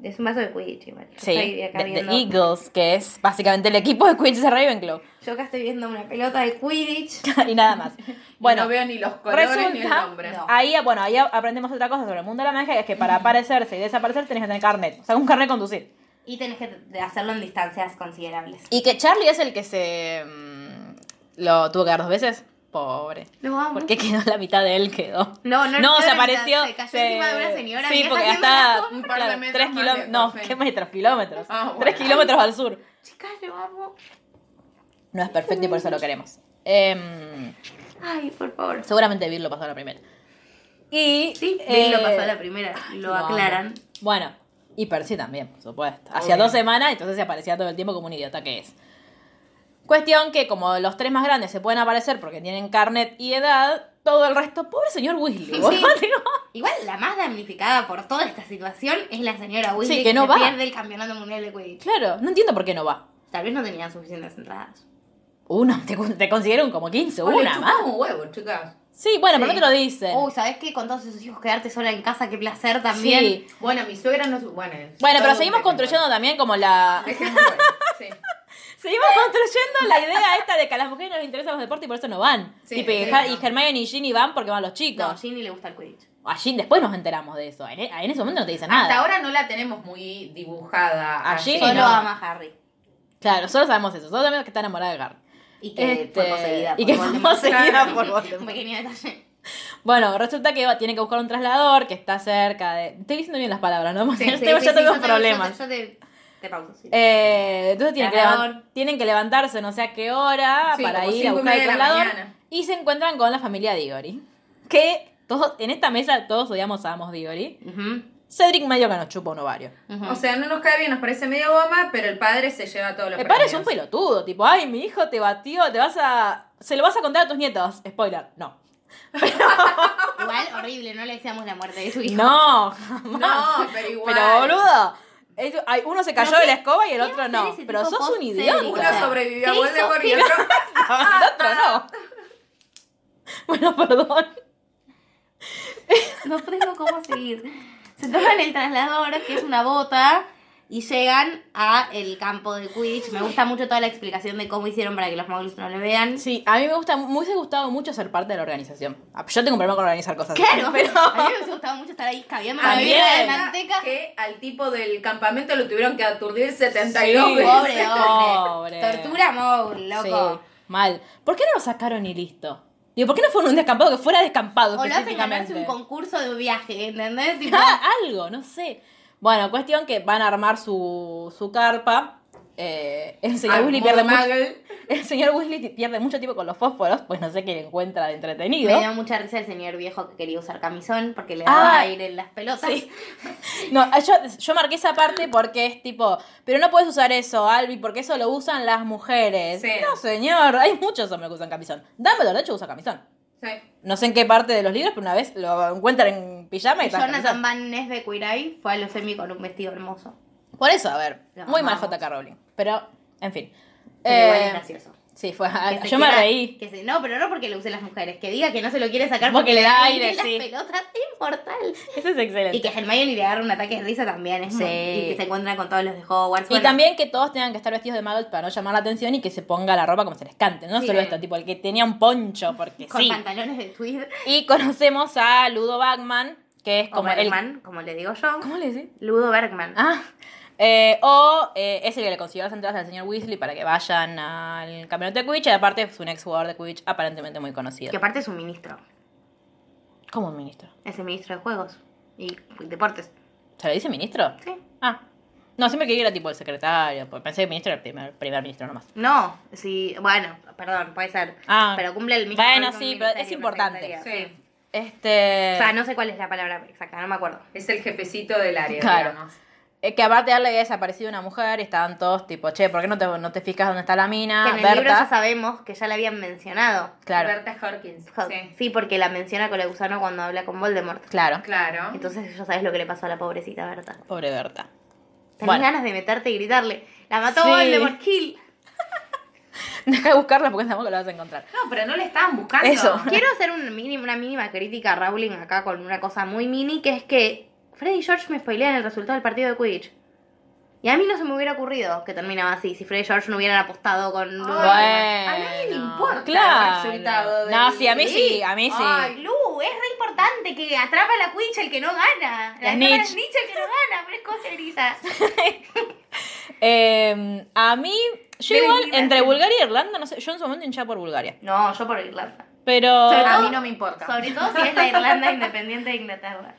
Es un vaso de Quidditch, igual. Yo
Sí.
estoy
De,
acá
de
viendo-
Eagles, que es básicamente el equipo de Quidditch de Ravenclaw.
Yo acá estoy viendo una pelota de Quidditch.
y nada más.
Bueno,
Bueno.
no veo ni los colores ni el
resulta-
nombre.
no.
Ahí, bueno, ahí aprendemos otra cosa sobre el mundo de la magia, que es que para aparecerse y desaparecer tenés que tener carnet. O sea, un carnet conducir.
Y tenés que t- hacerlo en distancias considerables.
Y que Charlie es el que se. mm, Lo tuvo que dar dos veces. Pobre.
Lo amo.
Porque quedó la mitad de él, quedó.
No,
No,
no, no
se
era
apareció.
mitad, se cayó encima de una señora
Sí,
vieja
porque
haciendo
hasta
compra.
una
claro,
Un par de metros
tres
más
kilómetros.
lejos,
No,
sí.
¿qué metros? Kilómetros.
Ah, bueno.
Tres kilómetros al sur.
Chicas, lo amo.
No es perfecto y por eso lo queremos. Em,
Ay, por favor.
seguramente Bill lo pasó a la primera. Y.
Sí,
eh,
Bill lo pasó a la primera. Lo
no.
aclaran.
Bueno, y Percy también, por supuesto. Hacía
Obvio.
dos semanas, entonces se aparecía todo el tiempo como un idiota que es. Cuestión que como los tres más grandes se pueden aparecer porque tienen carnet y edad, todo el resto, pobre señor Weasley.
Sí.
boludo, digo.
Igual la más damnificada por toda esta situación es la señora Weasley
Sí, que no
se
va.
pierde el campeonato mundial de Quidditch.
Claro, no entiendo por qué no va.
Tal vez no tenían suficientes entradas.
Una, te, te consiguieron como 15,
Vos le
una
chupás
más.
un huevo, chicas.
Sí, bueno, pero no
Sí.
te lo dicen.
Uy, ¿sabés qué? Con todos esos hijos quedarte sola en casa, qué placer también.
sí.
Bueno, mi suegra no... su- Bueno,
Bueno, pero
todo
seguimos
un
construyendo también como la...
Dejemos ahí, sí.
Seguimos construyendo la idea esta de que a las mujeres no les interesan los deportes y por eso no van.
Sí,
Tipo, y
sí,
Har-
no.
y Hermione y Ginny van porque van los
No, a
chicos.
Ginny le gusta el Quidditch.
A Ginny después nos enteramos de eso. En, e- en ese momento no te dicen
Hasta
nada.
ahora no la tenemos muy dibujada.
Allí Ah, Sí,
así,
no.
Solo
¿no?
ama a Harry.
Claro, solo sabemos eso. Solo sabemos que está enamorada de Harry.
Y que
Este,
fue poseída
y
por
que fue
Voldemort.
poseída por
Un
Voldemort.
pequeño detalle.
Bueno, resulta que va- tiene que buscar un trasladador que está cerca de... Estoy diciendo bien las palabras, ¿no?
Sí,
Porque
sí,
tengo-
sí,
ya
sí,
tengo
yo te-
problemas.
Yo te, yo te- te pauso, sí.
Eh, entonces tienen que,
Trasladador.
levan- tienen que levantarse no sé a qué hora
Sí,
para
como
ir a
cinco y
buscar el
media de la
traslador.
mañana.
Y se encuentran con la familia Digori. Que todos, en esta mesa todos odiamos a Amos Digori.
Ujú,
Cedric medio que nos chupa un ovario.
ujú.
O sea, no nos cae bien, nos parece medio goma, pero el padre se lleva todo lo que
El padre es un pelotudo, tipo, ay, mi hijo te batió, te vas a... Se lo vas a contar a tus nietos. Spoiler, no.
Igual, horrible, no le deseamos la muerte de su hijo.
No, jamás.
No, pero igual.
Pero boludo, es- ay, uno se cayó
Pero
de
qué-
la escoba y el
qué va
otro
a hacer
no.
ese
Pero
tipo
sos un
post-Cedric?
idiota.
Uno sobrevivió a
¿Qué hizo?
Voldemort y el otro...
el otro no. Bueno, perdón.
no tengo cómo seguir. Se toman el traslador, que es una bota, y llegan a el campo de Quidditch. Me gusta mucho toda la explicación de cómo hicieron para que los muggles no le vean.
Sí, a mí me gusta, me hubiese gustado mucho ser parte de la organización. Ah, Yo tengo un problema con organizar cosas.
Claro, pero a mí me hubiese gustado mucho estar ahí caviando la
También.
mierda de manteca.
Que al tipo del campamento lo tuvieron que aturdir 72
Sí,
veces.
Pobre
Pobre.
hombre. Tortura Mole, loco.
Sí, mal. ¿Por qué no lo sacaron y listo? Digo, ¿por qué no fueron un descampado que fuera descampado
O lo hacen
específicamente?
ganarse un concurso de viaje, ¿entendés? Tipo,
Ah, algo, no sé. Bueno, cuestión que van a armar su, su carpa. Eh, el señor
Al
Weasley pierde
modo
mucho,
Muggle.
el señor Weasley ti- pierde mucho tiempo con los fósforos, pues no sé qué encuentra de entretenido.
Me dio mucha risa el señor viejo que quería usar camisón porque le
Ah.
daba aire en las pelotas.
Sí. No, ah, yo, yo marqué esa parte porque es tipo, pero no puedes usar eso, Albi, porque eso lo usan las mujeres.
Sí.
No, señor, hay muchos hombres que usan camisón. Dumbledore, de hecho, usa camisón.
Sí.
No sé en qué parte de los libros, pero una vez lo encuentran en pijama y está en
Jonathan
camisón.
Van Ness de Queer fue a los semi con un vestido hermoso.
Por eso, a ver,
Lo
muy mal
amamos.
J.K. Rowling. Pero, en fin.
Pero
Eh,
igual es gracioso.
Sí, fue.
Que se
yo me
quiera-
reí.
que se- no, pero no porque lo usen las mujeres. Que diga que no se lo quiere sacar
Porque le da aire,
en las
sí.
pelotas es mortal.
Eso es excelente.
Y
Y,
que Hermione le agarra un ataque de risa también. Es
Sí.
muy- Y que se encuentran con todos los de Hogwarts. Bueno,
también que todos tengan que estar vestidos de magos para no llamar la atención y que se ponga la ropa como se les cante. No
Sí.
solo esto, tipo el que tenía un poncho, porque
Con
sí.
pantalones de tweed.
Y conocemos a Ludo Bagman, que es
O
como el.
Bergman, como le digo yo.
¿Cómo le decís?
Ludo Bergman.
Ah. eh, o eh, es el que le consiguió las entradas al señor Weasley para que vayan al campeonato de Quidditch. Y aparte es un ex jugador de Quidditch aparentemente muy conocido.
Que aparte es un ministro.
¿Cómo un ministro?
Es el ministro de Juegos y Deportes.
¿Se le dice ministro?
Sí.
Ah. No, siempre creí que era tipo el secretario. porque Pensé que ministro era el primer, primer ministro nomás.
No, sí, bueno, perdón, puede ser.
Ah.
pero cumple el mismo.
Bueno,
rol que un
sí, pero es
ministerio,
importante.
una
Sí.
secretaría, sí.
Este.
O sea, no sé cuál es la palabra exacta, no me acuerdo.
Es el jefecito del área,
Claro.
digamos.
Eh, Que aparte de había desaparecido una mujer y estaban todos tipo, che, ¿por qué no te, no te fijas dónde está la mina?
que en el libro ya sabemos que ya la habían mencionado.
Claro,
Berta Hawkins.
Sí.
Sí.
porque la menciona con el gusano cuando habla con Voldemort.
claro.
Claro.
Entonces ya sabes lo que le pasó a la pobrecita Berta. Tenés
Pobre Berta. Bueno.
ganas de meterte y gritarle. La mató
Sí.
Voldemort Kill.
Deja de buscarla porque tampoco la vas a encontrar.
No, pero no le estaban buscando.
Eso.
Quiero hacer un mínimo- una mínima crítica a Rowling acá con una cosa muy mini, que es que Freddy y George me spoilean el resultado del partido de Quidditch. Y a mí no se me hubiera ocurrido que terminaba así, si Freddy y George no hubieran apostado con...
Ay, a nadie le
Bueno,
importa el
claro.
resultado
No,
del-
sí, a mí sí, a mí sí.
Ay, Lu, es re importante que atrapa a la Quidditch el que no gana.
La
La atrapa a la
snitch.
snitch el que no gana, pero es cosa grisa.
Eh, a mí, yo
Deben
igual,
ir
entre
bastante.
Bulgaria e Irlanda, no sé, yo en su momento hinchaba por Bulgaria.
No, yo por Irlanda.
Pero,
Sobre
A
todo-
mí no me importa.
Sobre todo si es la Irlanda independiente de Inglaterra.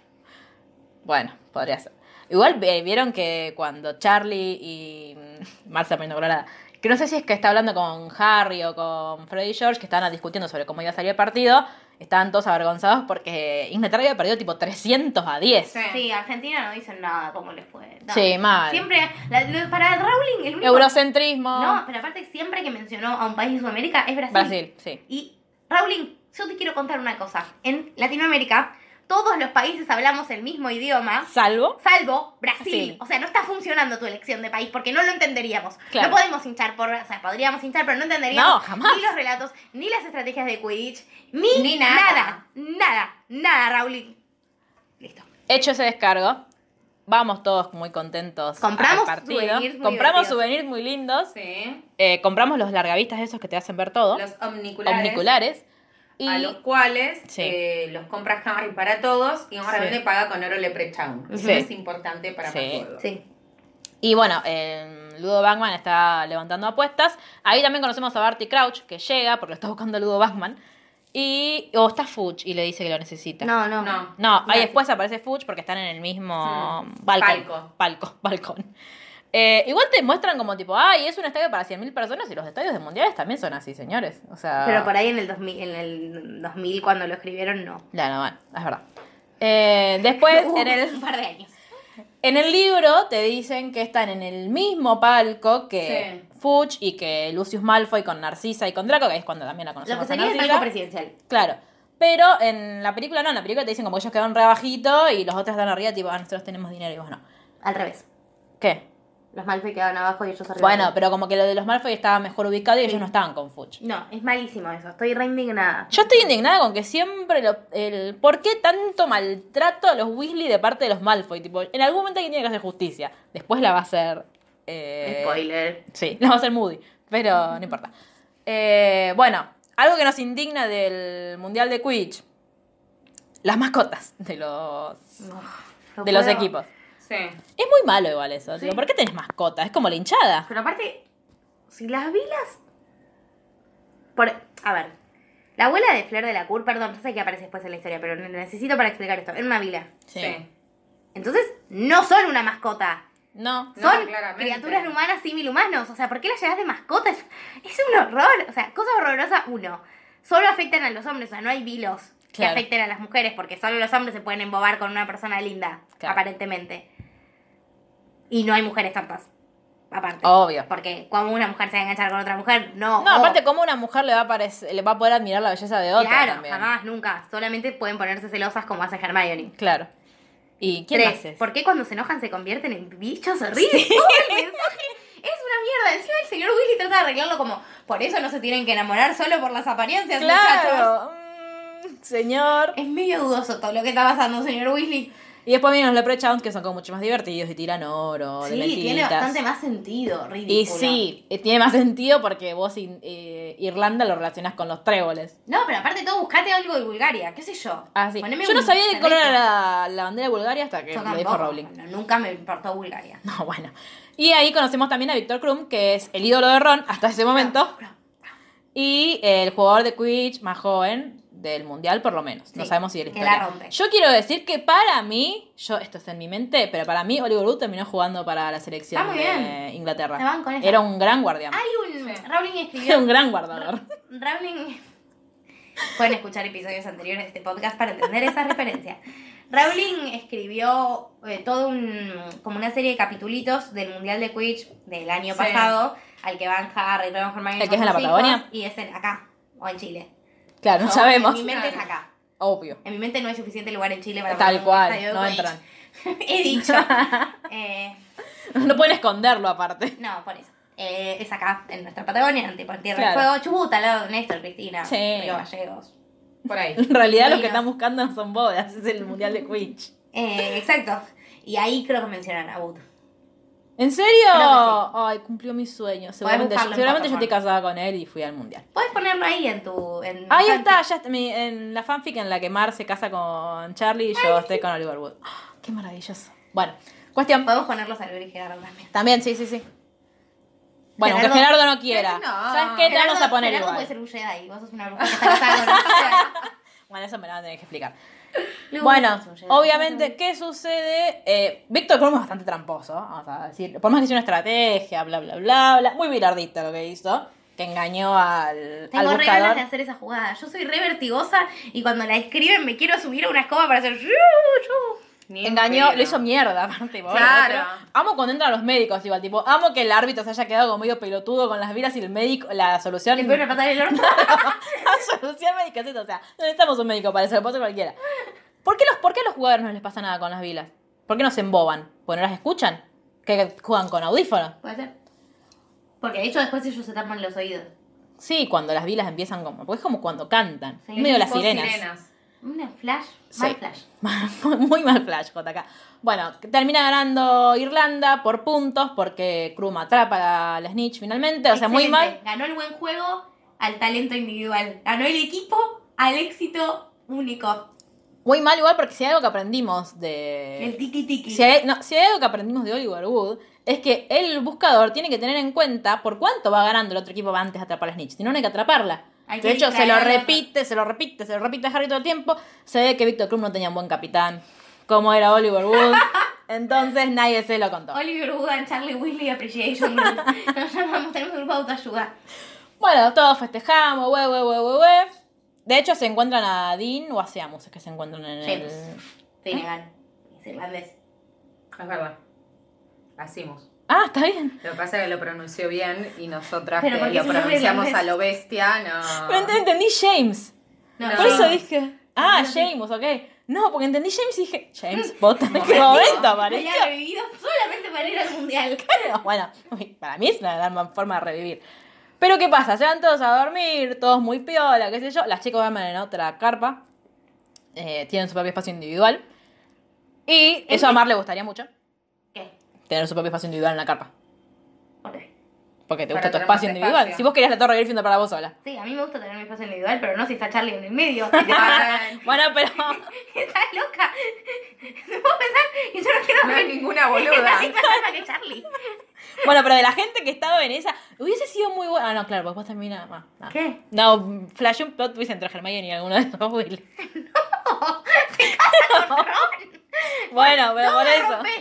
bueno, podría ser. Igual eh, vieron que cuando Charlie y mm, Marcia poniendo colorada, que no sé si es que está hablando con Harry o con Freddy George, que estaban discutiendo sobre cómo iba a salir el partido, estaban todos avergonzados porque Inglaterra había perdido tipo 300 a 10.
Sí.
Sí, Argentina no dicen nada cómo les fue. No.
Sí, mal.
Siempre, la- lo- para Rowling, el único...
Eurocentrismo.
No, pero aparte siempre que mencionó a un país de Sudamérica es Brasil.
Brasil, sí.
Y Rowling, yo te quiero contar una cosa. En Latinoamérica, todos los países hablamos el mismo idioma,
Salvo.
salvo Brasil.
Sí.
O sea, no está funcionando tu elección de país porque no lo entenderíamos.
Claro.
No podemos hinchar por... O sea, podríamos hinchar, pero no entenderíamos
No, jamás.
ni los relatos, ni las estrategias de Quidditch, ni,
Ni nada.
nada. Nada, nada, Rowling. Listo.
Hecho ese descargo. Vamos todos muy contentos.
Compramos
al partido.
souvenirs muy
compramos
divertidos.
souvenirs muy lindos.
Sí.
Eh, compramos los largavistas esos que te hacen ver todo.
Los omniculares.
omniculares. Y
A los cuales
Sí.
eh, los compra Harry para todos y ahora
Sí.
vende paga con oro leprechaun. Eso
Sí.
es importante para
Sí.
Macuardo.
Sí.
Y bueno, eh, Ludo Bagman está levantando apuestas. Ahí también conocemos a Barty Crouch, que llega porque lo está buscando Ludo Bagman. Y, o está Fudge y le dice que lo necesita.
No, no.
No.
No, ahí
Gracias. Mm.
después aparece Fudge porque están en el mismo
Sí.
balcón.
Palco.
Palco, balcón. Eh, igual te muestran como tipo, ay, es un estadio para 100.000 personas y los estadios de mundiales también son así, señores. O sea,
Pero por ahí en el 2000, en el 2000 cuando lo escribieron, no.
Ya, no, bueno, es verdad. Eh, después,
Hubo
en el,
un par de años.
en el libro te dicen que están en el mismo palco que Fudge y que Lucius Malfoy con Narcisa y con Draco, que es cuando también la
Lo
conocemos.
que
a
sería el
Narcisa.
palco presidencial.
Claro. Pero en la película no, en la película te dicen como que ellos quedaron re abajito y los otros están arriba, tipo, ah, nosotros tenemos dinero y vos no.
Al revés.
¿Qué?
Los Malfoy quedaban abajo y ellos arriba.
Bueno, pero como que lo de los Malfoy estaba mejor ubicado y ellos no estaban con Fudge.
No, es malísimo eso. Estoy re indignada.
Yo estoy indignada con que siempre lo, el por qué tanto maltrato a los Weasley de parte de los Malfoy, tipo, en algún momento alguien tiene que hacer justicia. Después la va a hacer eh,
Spoiler.
Sí, la va a hacer Moody, pero no importa. Eh, bueno, algo que nos indigna del Mundial de Quidditch. Las mascotas de los
No
de los
puedo.
equipos.
Sí.
Es muy malo igual eso. digo, ¿Por qué tenés mascotas? Es como la hinchada.
Pero aparte, si las vilas. Por... A ver. La abuela de Fleur de la Cour, perdón, no sé qué aparece después en la historia, pero ne- necesito para explicar esto. Era una vila.
Sí.
Entonces, no son una mascota.
No.
No,
Son
claramente.
criaturas humanas simil humanos. O sea, ¿por qué las llevas de mascota? Es, es un horror. O sea, cosa horrorosa, uno. Solo afectan a los hombres, o sea, no hay vilos
Claro.
que afecten a las mujeres, porque solo los hombres se pueden embobar con una persona linda,
Claro.
aparentemente. Y no hay mujeres tantas. Aparte.
Obvio.
Porque como una mujer se va a enganchar con otra mujer, no.
No,
oh.
aparte, como una mujer le va a, parecer- le va a poder admirar la belleza de otra
Claro,
también?
jamás, nunca. Solamente pueden ponerse celosas como hace Hermione.
Claro. ¿Y quién
Tres,
más es?
¿por qué cuando se enojan se convierten en bichos horribles? Todo el mensaje es una mierda. Encima el señor Willy trata de arreglarlo como, por eso no se tienen que enamorar solo por las apariencias, muchachos.
Claro. Mm, señor.
Es medio dudoso todo lo que está pasando, señor Weasley.
Y después vienen los Leprechauns, que son como mucho más divertidos y tiran oro. de
Sí, tiene
mentiritas.
bastante más sentido, ridículo.
Y sí, eh, tiene más sentido porque vos in- eh, Irlanda lo relacionás con los tréboles.
No, pero aparte todo, buscate algo de Bulgaria, qué sé yo.
Ah, sí.
Poneme
Yo no
un
sabía de qué color
perrito.
era la, la bandera de Bulgaria hasta que
Yo
lo dijo
tampoco.
Rowling.
No, nunca me importó Bulgaria.
No, bueno. Y ahí conocemos también a Víctor Krum, que es el ídolo de Ron hasta ese
Ah.
momento. Y el jugador de Quidditch más joven del mundial, por lo menos. no
Sí,
sabemos si de la
que
historia.
la rompe.
Yo quiero decir que para mí, yo esto es en mi mente, pero para mí Oliver Wood terminó jugando para la selección
Está muy
de
bien.
Inglaterra.
Te van con esa.
Era un gran guardián.
Hay un... Rowling
Era
escribió
un gran guardador.
Rowling. Pueden escuchar episodios anteriores de este podcast para entender esa referencia. Rowling escribió eh, todo un. como una serie de capitulitos del Mundial de Quidditch del año
Sí.
pasado, al que van Harry, Ron, Hermione.
¿El que
con
es en la
sus
Patagonia?
hijos, Y es en, acá, o en Chile.
Claro, no,
No,
sabemos.
En mi mente es acá.
Obvio.
En mi mente no hay suficiente lugar en Chile para poner
Tal
un
cual,
estadio de
no
Quidditch.
entran.
He dicho. Eh,
No pueden esconderlo aparte.
no, por eso. Eh, es acá, en nuestra Patagonia, en tipo, en Tierra del
Claro.
Fuego, Chubut, al lado de Néstor, Cristina,
Sí.
Río Gallegos.
Por ahí.
En realidad lo que
Mira.
están buscando no son bodas, es el mundial de Quidditch.
Eh, exacto. Y ahí creo que mencionan a Wood.
¿En serio?
Creo
Ay, cumplió mi sueño. Seguramente,
buscarlo en
seguramente yo
Pottermore.
estoy casada con él y fui al mundial.
Puedes ponerlo ahí en tu. En
Ahí está, ya está, mi- en la fanfic en la que Mar se casa con Charlie y yo estoy con Oliver Wood. Ah, qué maravilloso. Bueno, cuestión.
Podemos ponerlos al Luis Gerardo también.
También, sí, sí, sí. Bueno, aunque
Gerardo-
Gerardo no quiera.
No.
¿Sabes qué? Te vamos a poner
Gerardo
igual.
puede ser un Jedi. Vos sos una bruja que está casada con un
Bueno, eso me lo van a tener que explicar.
Jedi.
Bueno,
Luke es un Jedi.
obviamente, ¿qué sucede? Eh, Víctor Krum es bastante tramposo, vamos a decir. Por más que hizo una estrategia, bla, bla, bla, bla. Muy bilardista lo que hizo, que engañó al, al
Tengo re ganas
buscador.
de hacer esa jugada. Yo soy re vertigosa y cuando la escriben me quiero subir a una escoba para hacer. yu, yu.
Ni en
Engañó,
pedo.
lo hizo mierda, aparte. pobre,
Claro.
otro. Amo cuando entran los médicos, igual, tipo, amo que el árbitro se haya quedado como medio pelotudo con las vidas y el médico, la solución.
Le pego una patada en el orto.
la solución médica es esta, o sea, no necesitamos un médico para eso, lo puede hacer cualquiera. ¿Por qué, los, ¿Por qué a los jugadores no les pasa nada con las vilas? ¿Por qué no se emboban? ¿Porque no las escuchan? ¿Que juegan con audífonos?
Puede ser. Porque de hecho después ellos se tapan los oídos.
Sí, cuando las vilas empiezan como. Porque es como cuando cantan.
Sí,
Es medio las
Tipo
sirenas.
Una flash.
Sí.
Mal flash.
Muy mal flash, JK. Bueno, termina ganando Irlanda por puntos porque Krum atrapa al Snitch finalmente. O sea, muy mal.
Excelente. Ganó el buen juego al talento individual. Ganó el equipo al éxito único.
Muy mal igual porque si hay algo que aprendimos
El
de.
tiki tiki.
Eh. Si hay, no, si hay algo que aprendimos de Oliver Wood es que el buscador tiene que tener en cuenta por cuánto va ganando el otro equipo antes de atrapar al Snitch. Si no, no hay que atraparla.
Hay
de
que
hecho, se lo
distraer al otro.
repite, se lo repite, se lo repite a Harry todo el tiempo. Se ve que Víctor Krum no tenía un buen capitán, como era Oliver Wood. Entonces nadie se lo contó.
Oliver Wood and Charlie Weasley Appreciation Group. Nos llamamos, tenemos un grupo de autoayuda.
Bueno, todos festejamos, we, we, we, we, we. De hecho, se encuentran a Dean o a Seamus, es que se encuentran en el...
Seamus. Finnegan. Es irlandés.
Es verdad. Hacimos.
Ah, está bien.
Lo que pasa es que lo pronunció bien y nosotras
Pero
que
porque
lo
se llama
pronunciamos
irlandés.
a lo bestia, no.
Pero ent- entendí James.
No,
Por eso dije... Ah, James, ok. No, porque entendí James y dije, James, Potter, ¿en qué momento apareció?
Había vivido solamente para ir al mundial.
Pero, bueno, uy, para mí es una gran forma de revivir. Pero ¿qué pasa? Se van todos a dormir, todos muy piola, qué sé yo. Las chicas duermen en otra carpa. eh, tienen su propio espacio individual. Y eso a Mar le gustaría mucho.
¿Qué?
Tener su propio espacio individual en la carpa.
Ok.
Porque te
Para
gusta tu
tener
espacio
más
individual.
espacio.
Si vos querías la torre Griffin para vos sola.
Sí, a mí me gusta tener mi espacio individual, pero no si está Charlie en el medio.
bueno, pero...
Estás loca. No puedo pensar y yo no quiero
No
ver
es ninguna
Está
boluda.
sin palabras que Charlie.
Bueno, pero de la gente que estaba en esa... Hubiese sido muy bueno... Ah, no, claro, porque vos también... ah, no.
¿Qué?
No, flash un plot twist entre Hermione y alguno de esos Will. Bueno, pero por
me
eso.
rompes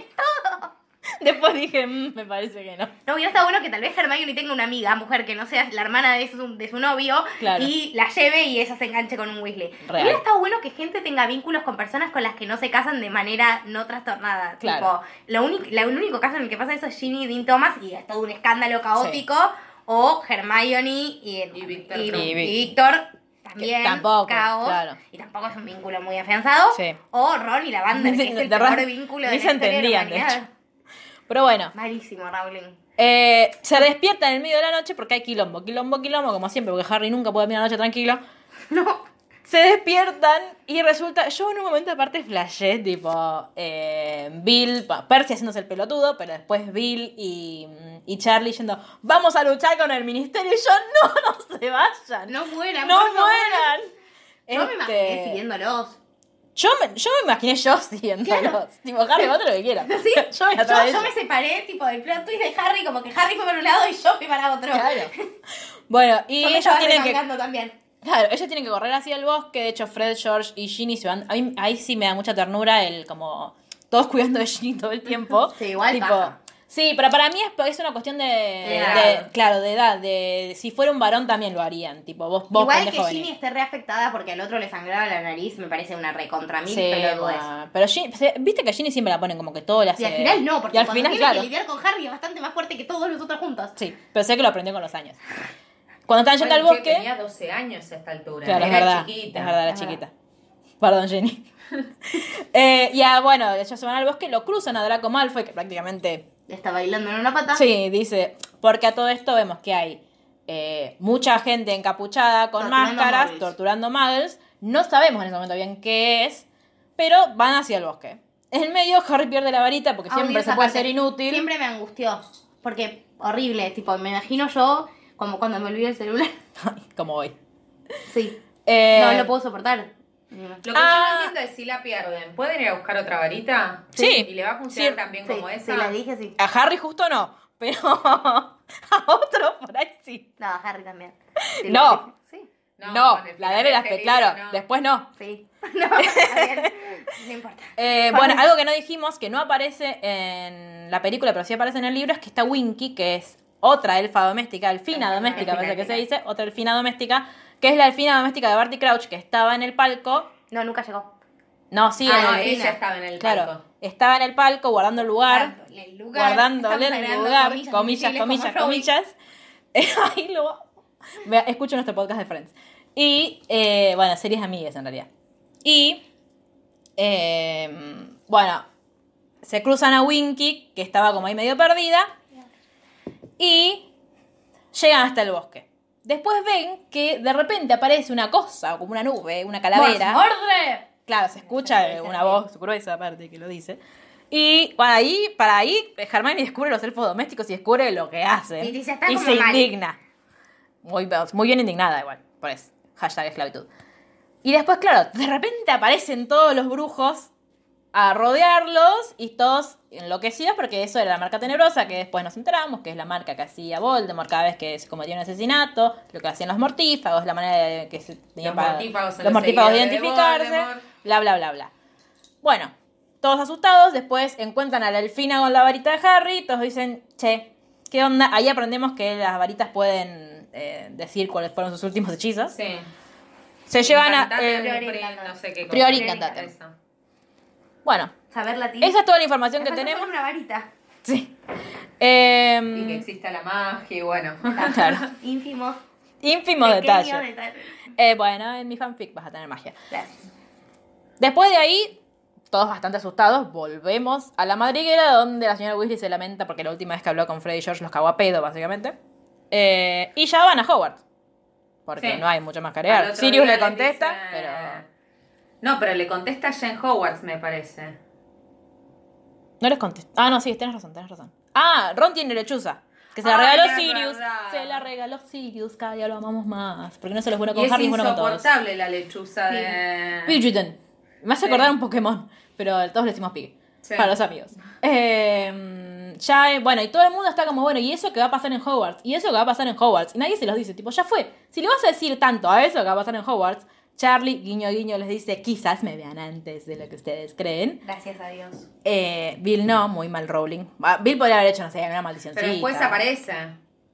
Después dije, "Mm, me parece que no.
No, hubiera estado bueno que tal vez Hermione tenga una amiga, mujer, que no sea la hermana de su, de su novio,
Claro.
y la lleve y ella se enganche con un Weasley.
Real.
Hubiera estado bueno que gente tenga vínculos con personas con las que no se casan de manera no trastornada.
Claro.
Tipo, lo único, la- el único caso en el que pasa eso es Ginny y Dean Thomas, y es todo un escándalo caótico, o Hermione y,
Y Víctor
y-
Crumb.
y
Y Vic-
Víctor, También,
Que tampoco,
caos,
claro.
y tampoco es un vínculo muy afianzado.
Sí.
O Ron y Lavander, que
Sí,
es el
de
peor
ra-
vínculo
ni
de la
se
historia de la
entendían, de
humanidad.
Pero bueno,
Malísimo, Rowling.
eh, se despierta en el medio de la noche porque hay quilombo, quilombo, quilombo, como siempre, porque Harry nunca puede dormir la noche tranquilo.
No.
Se despiertan y resulta, yo en un momento aparte flashé, tipo, eh, Bill, pa- Percy haciéndose el pelotudo, pero después Bill y, y Charlie yendo, vamos a luchar con el ministerio y yo, no, no se vayan.
No mueran,
no
por favor.
mueran.
Yo me imaginé
Este,
siguiéndolos.
Yo me, yo me imaginé yo siguiéndolos.
Claro.
Tipo, Harry, vos te lo que quieras.
¿Sí?
Yo me atrás de
yo
ellos.
me separé tipo del plot twist de Harry, como que Harry fue para un lado y yo fui para otro.
Claro. Bueno, y
Yo me
ellos
estaba
tienen que.
remangando también.
Claro, ellos tienen que correr hacia el bosque. De hecho, Fred, George y Ginny se van. a mí- ahí sí me da mucha ternura el como. Todos cuidando de Ginny todo el tiempo.
Sí, igual paja.
Sí, pero para mí es, es una cuestión de,
edad.
de- Claro, de edad. De, si fuera un varón también lo harían. Tipo, vos, vos
Igual que
pendejo, vení.
Ginny esté reafectada porque al otro le sangraba la nariz, me parece una recontra mil
Sí,
pelotudez.
bueno, pero Ginny, se- viste que a Ginny siempre la ponen como que todo la hace.
pues. Y al final no, porque
y al
cuando
final,
tiene
claro.
que lidiar con Harry es bastante más fuerte que todos los otros juntos.
Sí, pero sé que lo aprendió con los años. Cuando estaban yendo
Bueno,
al
che,
bosque.
Tenía 12 años a esta altura.
Claro, es
era
verdad.
chiquita.
Es verdad, era chiquita. Perdón, Jenny. Eh, y ah, bueno, ellos se van al bosque, lo cruzan a Draco Malfoy, que prácticamente.
Está bailando en una pata.
Sí, dice. Porque a todo esto vemos que hay eh, mucha gente encapuchada con
Torturando
máscaras,
muggles.
torturando muggles. No sabemos en ese momento bien qué es, pero van hacia el bosque. En medio, Harry pierde la varita porque
Ah, odio
siempre se
esa
puede
parte.
ser inútil.
Siempre me angustió. Porque horrible, tipo, me imagino yo como cuando me olvidé el celular.
Como hoy.
Sí.
Eh,
No lo puedo soportar.
Lo que
Ah.
yo no entiendo es si la pierden. ¿Pueden ir a buscar otra varita?
Sí.
¿Y le va a funcionar
Sí.
también
Sí,
como
sí,
esa?
la dije, sí.
A Harry justo no, pero a otro por ahí sí.
No, Harry también. Sí,
No.
lo dije. Sí,
No,
con el
la
final
de veras
este
que,
libro,
claro,
no.
después no.
sí. No, está bien. No importa.
Eh, bueno, algo que no dijimos, que no aparece en la película, pero sí aparece en el libro, es que está Winky, que es otra elfa doméstica, elfina
Elfina
doméstica, parece que se
doméstica.
dice, otra elfina doméstica, que es la elfina doméstica de Barty Crouch, que estaba en el palco.
No, nunca llegó.
No, sí,
Ah,
en
no,
el-
ella estaba en el
claro,
palco.
estaba en el palco guardando el lugar.
Guardándole el
guardándole
Estamos
el
agregando
lugar, comillas,
invisibles
comillas,
como Robin.
comillas. Eh, Ahí lo Vea, Escucho nuestro podcast de Friends. Y, eh, bueno, series amigas en realidad. Y, eh, bueno, se cruzan a Winky, que estaba como ahí medio perdida. Y llegan hasta el bosque. Después ven que de repente aparece una cosa, o como una nube, una calavera.
¡Mordre!
Claro, se escucha eh, una voz gruesa aparte que lo dice. Y para ahí, para ahí, eh, Hermione descubre los elfos domésticos y descubre lo que hacen.
Sí, sí, ya está
y
como
se
mal.
indigna. Muy, bien- muy bien indignada igual, por eso. Hashtag esclavitud. Y después, claro, de repente aparecen todos los brujos a rodearlos y todos enloquecidos porque eso era la marca tenebrosa que después nos enteramos, que es la marca que hacía Voldemort cada vez que se cometía un asesinato, lo que hacían los mortífagos, la manera de que se tenía
Los
para-
mortífagos son
los
los
mortífagos de
seguidores de
identificarse,
Voldemort.
bla, bla, bla, bla. Bueno, todos asustados, después encuentran a la elfina con la varita de Harry, todos dicen, che, ¿qué onda? Ahí aprendemos que las varitas pueden eh, decir cuáles fueron sus últimos hechizos.
Sí.
Se llevan a...
Cantate,
eh,
pri- no sé qué cosa.
Priori cantate.
Eso.
bueno,
Saber
Mm.
latín.
esa es toda la información
Me
que
falta
tenemos.
solo una varita.
Sí. Em,
Y que exista la magia y bueno.
claro.
Ínfimos.
Ínfimos
pequeños
detalles.
detalles.
Eh, bueno, en mi fanfic vas a tener magia.
Gracias.
Después de ahí, todos bastante asustados, volvemos a la madriguera donde la señora Weasley se lamenta porque la última vez que habló con Freddy y George los cagó a pedo, básicamente. Eh, y ya van a Hogwarts. Porque
Sí.
no hay mucho más que
Al
agregar.
otro
Sirius
día
le contesta,
dice- "Eh".
pero...
No, pero le contesta a Jen Howard, me parece.
No les contesta. Ah, no, sí, tenés razón, tenés razón. Ah, Ron tiene lechuza. Que se la
Ay,
regaló
es
Sirius.
verdad.
Se la regaló Sirius, cada día lo amamos más. Porque no se los bueno
Y
con
es
Harry, es bueno con todos.
insoportable la lechuza de...
Pidgeotten. Me hace
Sí.
acordar un Pokémon, pero todos le decimos Pig.
Sí.
Para los amigos. Eh, ya, eh, bueno, y todo el mundo está como, bueno, ¿y eso que va a pasar en Hogwarts? ¿Y eso que va a pasar en Hogwarts? Y nadie se los dice, tipo, ya fue. Si le vas a decir tanto a eso que va a pasar en Hogwarts, Charlie, guiño, guiño, les dice, quizás me vean antes de lo que ustedes creen.
Gracias a Dios.
Eh, Bill no, muy mal Rowling. Ah, Bill podría haber hecho, no sé, una maldición.
Pero después aparece.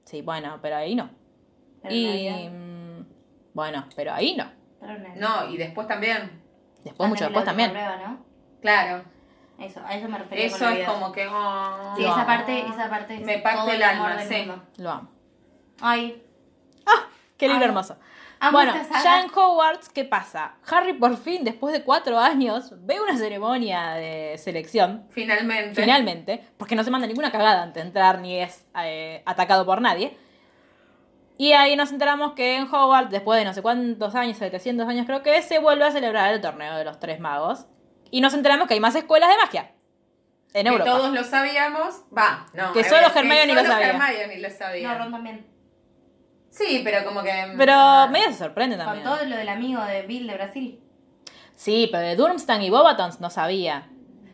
Sí, bueno, pero ahí no.
Pero
y...
nadie-
mm, Bueno, pero ahí no.
pero nadie.
No, y después también.
Después, mucho
Antes de la
después también.
última prueba, ¿no?
Claro.
Eso, a eso me refería. con
Eso
la
es
vida.
como que... oh,
Sí,
Lo
esa
amo.
parte, esa parte. es
Me parte
todo
el
amor
alma,
del
sí.
mundo.
Lo amo.
Ay,
Qué libro
Amo.
hermoso.
amo
bueno,
esta saga.
ya en Hogwarts, ¿qué pasa? Harry por fin, después de cuatro años, ve una ceremonia de selección,
Finalmente.
finalmente, porque no se manda ninguna cagada antes de entrar ni es eh, atacado por nadie. Y ahí nos enteramos que en Hogwarts, después de no sé cuántos años, 700 años creo que es, se vuelve a celebrar el torneo de los tres magos. Y nos enteramos que hay más escuelas de magia en
Que
Europa.
todos lo sabíamos. Va, no.
Que
a ver,
solo
que
Hermione lo
solo
sabía.
Hermione lo sabía.
No, Ron también.
Sí, pero como que... ah,
Pero medio se sorprende también.
Ah. Con todo lo del amigo de Bill de Brasil.
Sí, pero de Durmstrang y Bobatons no sabía.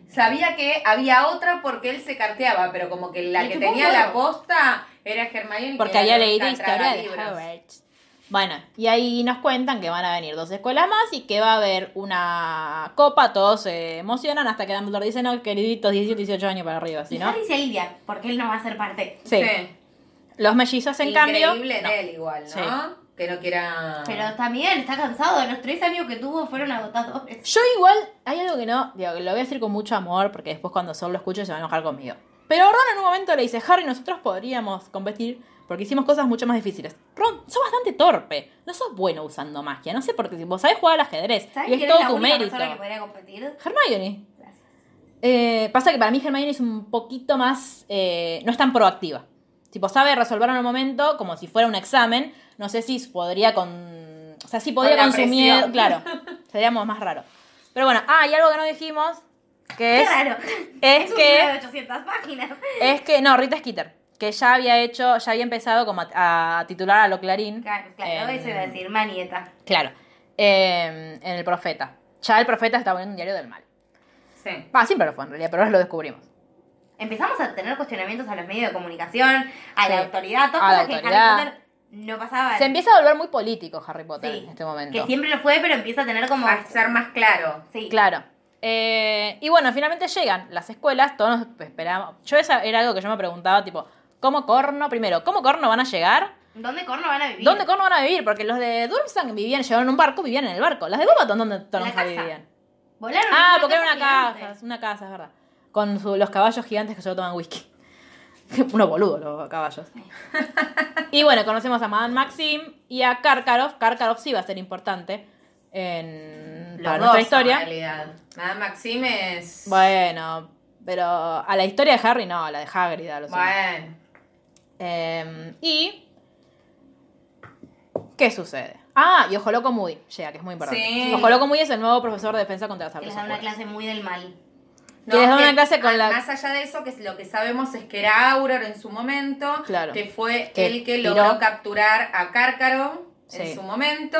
Sabía que había otra porque él se carteaba, pero como que la
Le
que
chupó un
tenía la
huevo.
posta era Hermione. que
Porque
era
había
la
leído
otra
historia de
tragabibros.
Hogwarts. Bueno, y ahí nos cuentan que van a venir dos escuelas más y que va a haber una copa, todos se emocionan hasta que Dumbledore dice, no, queriditos, 17, 18 años para arriba,
Y
si no.
Harry se alivia, porque él no va a ser parte.
Sí. Los mellizos, en cambio,
Increíble
no.
de él igual, ¿no?
Sí.
Que no
Ah.
quiera...
Pero también está cansado. Los tres años que tuvo fueron agotadores.
Yo igual, hay algo que no, digo, que lo voy a decir con mucho amor, porque después cuando Sol lo escuche se va a enojar conmigo. Pero Ron en un momento le dice, Harry, nosotros podríamos competir porque hicimos cosas mucho más difíciles. Ron, sos bastante torpe, no sos bueno usando magia, no sé por qué, vos sabés jugar al ajedrez
¿Sabes
y
quién
es
es
todo
la
tu
única
mérito.
persona que podría competir?
Hermione.
Gracias.
Eh, pasa que para mí Hermione es un poquito más. eh, no es tan proactiva. Tipo, sabe resolver en un momento como si fuera un examen. No sé si podría con. O sea, sí podría
Con la
consumir.
presión.
Claro. Seríamos más raro. Pero bueno, ah, y algo que no dijimos. Que
Qué
es.
raro.
es
un
que-
libro de 800 páginas.
Es que. No, Rita Skeeter. Que ya había hecho. Ya había empezado como a, a titular a lo Clarín.
Claro, claro,
en-
eso iba a decir, manieta.
Claro. eh, en el Profeta. Ya el Profeta está poniendo un diario del mal.
Sí.
Ah, siempre lo fue en realidad, pero ahora lo descubrimos.
Empezamos a tener cuestionamientos a los medios de comunicación, a
Sí.
la autoridad, todas
A la
cosas que en
autoridad.
Harry Potter no pasaban.
Se empieza a volver muy político Harry Potter
Sí,
en este momento.
Que siempre lo fue, pero empieza a tener como.
A ser más claro.
Sí.
Claro. Eh, y bueno, finalmente llegan las escuelas, todos nos esperamos. Yo esa era algo que yo me preguntaba, tipo, ¿cómo corno? Primero, ¿cómo corno van a llegar?
¿Dónde corno van a vivir?
¿Dónde corno van a vivir? Porque los de Durmstrang vivían, llegaron en un barco, vivían en el barco. Las de Bobaton, ¿dónde todos
casa.
vivían?
Volaron.
Ah,
en
porque era una
casa
casa, es
gigante.
una casa, es verdad. Con su- los caballos gigantes que solo toman whisky. Unos boludos los caballos. y bueno, conocemos a Madame Maxim y a Karkaroff. Karkaroff sí va a ser importante en
Los
para
dos,
nuestra historia.
En realidad. Nada, Maxime es...
Bueno, pero a la historia de Harry no, a la de Hagrid, a lo sumo.
Bueno.
Eh, y. ¿Qué sucede? Ah, y Ojo Loco Moody llega, que es muy importante.
Sí.
Ojo Loco Moody es el nuevo profesor de defensa contra las
Que
artes
les da una
oscuras.
clase muy del mal.
Que les da una clase con
ah,
la-
Más allá de eso, que lo que sabemos es que era Auror en su momento,
Claro.
que fue
Que
el que
tiró.
logró capturar a Cárcaro
Sí.
en su momento.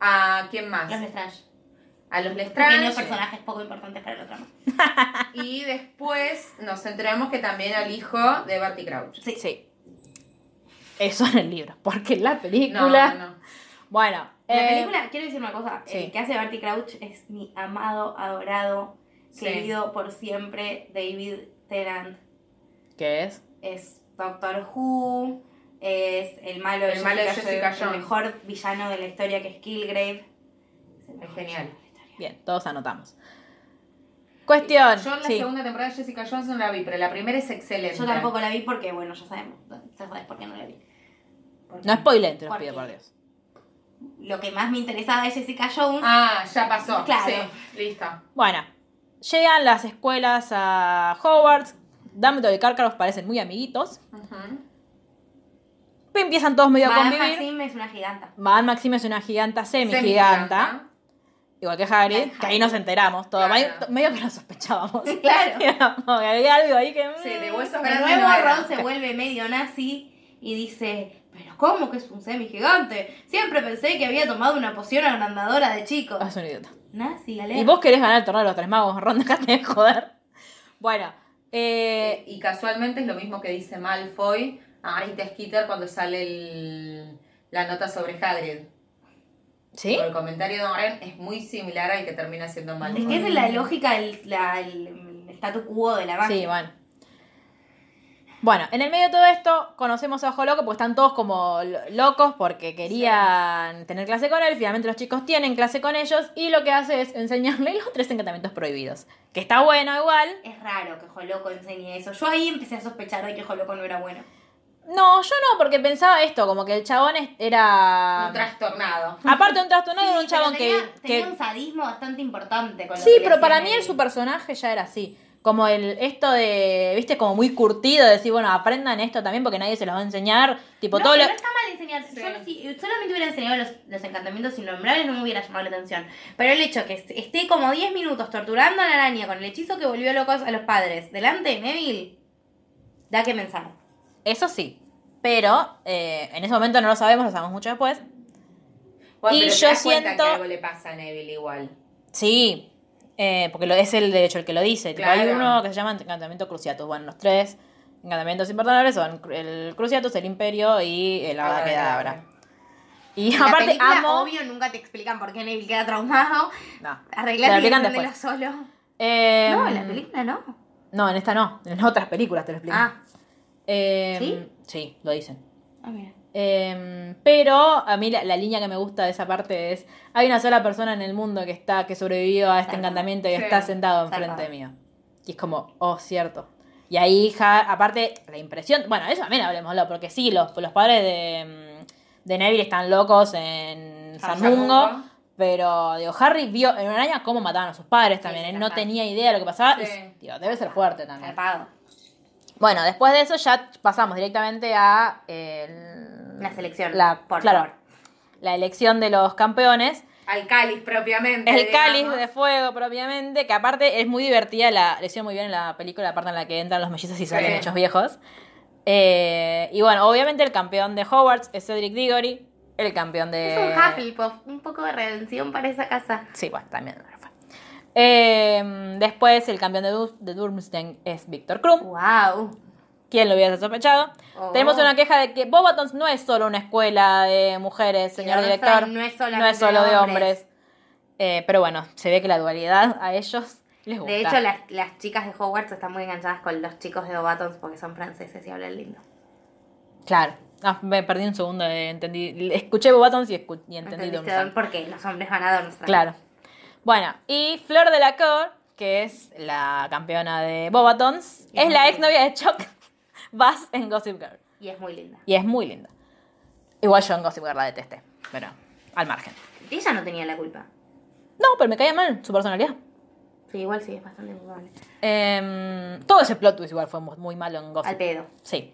¿A quién más?
Los Lestrange.
a los
Pequeños
Lestrange.
personajes poco importantes para la trama.
Y después nos enteramos que también al hijo de Barty Crouch.
Sí. Eso en el libro. Porque en la
No,
película.
no, no.
Bueno.
En
eh,
la película, quiero decir una cosa.
sí.
El que hace Barty Crouch es mi amado, adorado,
Sí.
querido por siempre, David Tennant.
¿Qué es?
es Doctor Who, es el malo de,
El malo de Jessica Jones.
el mejor villano de la historia que es Kilgrave. Es el mejor
genial.
villano de la historia.
Bien, todos anotamos. Cuestión.
Yo en la
sí.
segunda temporada de Jessica Jones no la vi, pero la primera es excelente.
Yo tampoco la vi porque, bueno, ya sabemos, ya sabes por qué no la vi.
No spoilen, te los
¿Por
pido
qué?
por Dios.
Lo que más me interesaba de Jessica Jones,
Ah, ya pasó.
Claro.
sí. Listo.
Bueno, llegan las escuelas a Hogwarts. Dumbledore y Karkaroff parecen muy amiguitos. Empiezan todos medio a
Madame
convivir.
Maxim es una giganta.
Madame Maxime es una giganta semi-giganta.
Semigiganta.
Igual que Hagrid, que ahí nos enteramos todo.
Claro.
Medio- Medio que nos sospechábamos.
Claro.
Era como que había algo ahí que... mm,
Sí, de huesos
Pero
grandes.
luego
no era.
Ron se vuelve medio nazi y dice, pero ¿cómo que es un semi gigante? Siempre pensé que había tomado una poción agrandadora de chico.
Ah, es un idiota.
Nazi,
Y
Ale.
vos querés ganar el torneo de los tres magos, Ron, dejate de joder. Bueno, eh,
Y casualmente es lo mismo que dice Malfoy a Rita Skeeter cuando sale el- la nota sobre Hagrid.
¿sí?
Porque El comentario de Don Ren es muy similar al que termina siendo Malfoy.
Es que esa es la lógica del la- el, el statu quo de la magia.
Sí, bueno. Bueno, en el medio de todo esto, conocemos a Ojo Loco porque están todos como lo- locos porque querían tener clase con él. Finalmente los chicos tienen clase con ellos y lo que hace es enseñarle los tres encantamientos prohibidos. Que está bueno igual.
Es raro que Joloco enseñe eso. Yo ahí empecé a sospechar de que Joloco no era bueno.
No, yo no, porque pensaba esto, como que el chabón es- era...
Un trastornado.
Aparte un trastornado era
Sí,
un chabón
pero tenía,
que...
tenía
que-
un sadismo bastante importante con lo
Sí,
que le
pero para mí
hacían
el,
ahí.
su personaje ya era así. Como el esto de, viste, como muy curtido, de decir, bueno, aprendan esto también porque nadie se los va a enseñar. Tipo,
No,
todo
pero
lo...
no está mal enseñar. Yo, si solamente hubiera enseñado los, los encantamientos innombrables, no me hubiera llamado la atención. Pero el hecho que est- esté como 10 minutos torturando a la araña con el hechizo que volvió locos a los padres delante de Neville, da que pensar.
Eso sí. Pero eh, en ese momento no lo sabemos, lo sabemos mucho después. Y
pero te
yo
das cuenta
siento-
que algo le pasa a Neville igual.
Sí. eh, porque lo, es el de hecho el que lo dice. Tipo, hay
Claro.
uno que se llama encantamiento cruciatus. Bueno, los tres encantamientos imperdonables son cru- el cruciatus, el imperio y eh, el abracadabra. Y
En Ah, la
aparte
película,
amo...
obvio, nunca te explican por qué Neville queda traumado.
No. Te lo
Arreglar y
explican
entenderlo
después.
solo.
Eh,
no, en la película no.
No, en esta no. En otras películas te lo explico.
Ah,
¿Sí? Sí, lo dicen.
ah, mira.
Em, pero a mí la, la línea que me gusta de esa parte es hay una sola persona en el mundo que está que sobrevivió a este
Zarpado.
encantamiento y
Sí.
está sentado enfrente
Zarpado.
mío y es como oh cierto y ahí ja, aparte la impresión bueno eso también hablemoslo porque sí los, los padres de, mm, de Neville están locos en
San
San Mungo
Mungo.
pero digo, Harry vio en una araña cómo mataban a sus padres también
sí,
él no
zarpado.
tenía idea de lo que pasaba y,
Sí.
digo, debe ser fuerte también
Zarpado.
bueno, después de eso ya pasamos directamente a el-
La selección,
La,
por
claro,
favor.
la elección de los campeones.
Al cáliz
Este
propiamente.
El cáliz
digamos.
de fuego propiamente, que aparte es muy divertida, la, le hicieron muy bien en la película, la parte en la que entran los mellizos y salen
Sí.
hechos viejos. Eh, y bueno, obviamente el campeón de Hogwarts es Cedric Diggory, el campeón de...
Es un Hufflepuff, un poco de redención para esa casa.
Sí, bueno, también. fue. Eh, después el campeón de, Dur- de Durmstrang es Víctor Krum.
Wow.
¿Quién lo hubiera sospechado?
Oh.
Tenemos una queja de que Bobatons no es solo una escuela de mujeres, señor
no es
director.
solo- no es solamente
No es solo de
de
hombres.
hombres.
Eh, pero bueno, se ve que la dualidad a ellos les gusta.
De hecho, las, las chicas de Hogwarts están muy enganchadas con los chicos de Obatons porque son franceses y hablan lindo.
Claro. Ah, me perdí un segundo, eh, entendí. Escuché Bobatons y, escu- y entendí
¿Entendiste?
Durmstrang.
Porque los hombres van a Durmstrang.
Claro. Bueno, y Flor de la Cor, que es la campeona de Bobatons,
Y
es
es muy
la
linda.
exnovia de Chuck Bass en Gossip Girl.
Y es muy linda.
Y es muy linda. Igual yo en Gossip Girl la detesté, pero al margen.
Ella no tenía la culpa.
No, pero me caía mal su personalidad.
Sí, igual sí, es bastante culpable.
Em, todo ese plot twist igual fue mu- muy malo en Gossip.
Al pedo.
Oh, Sí.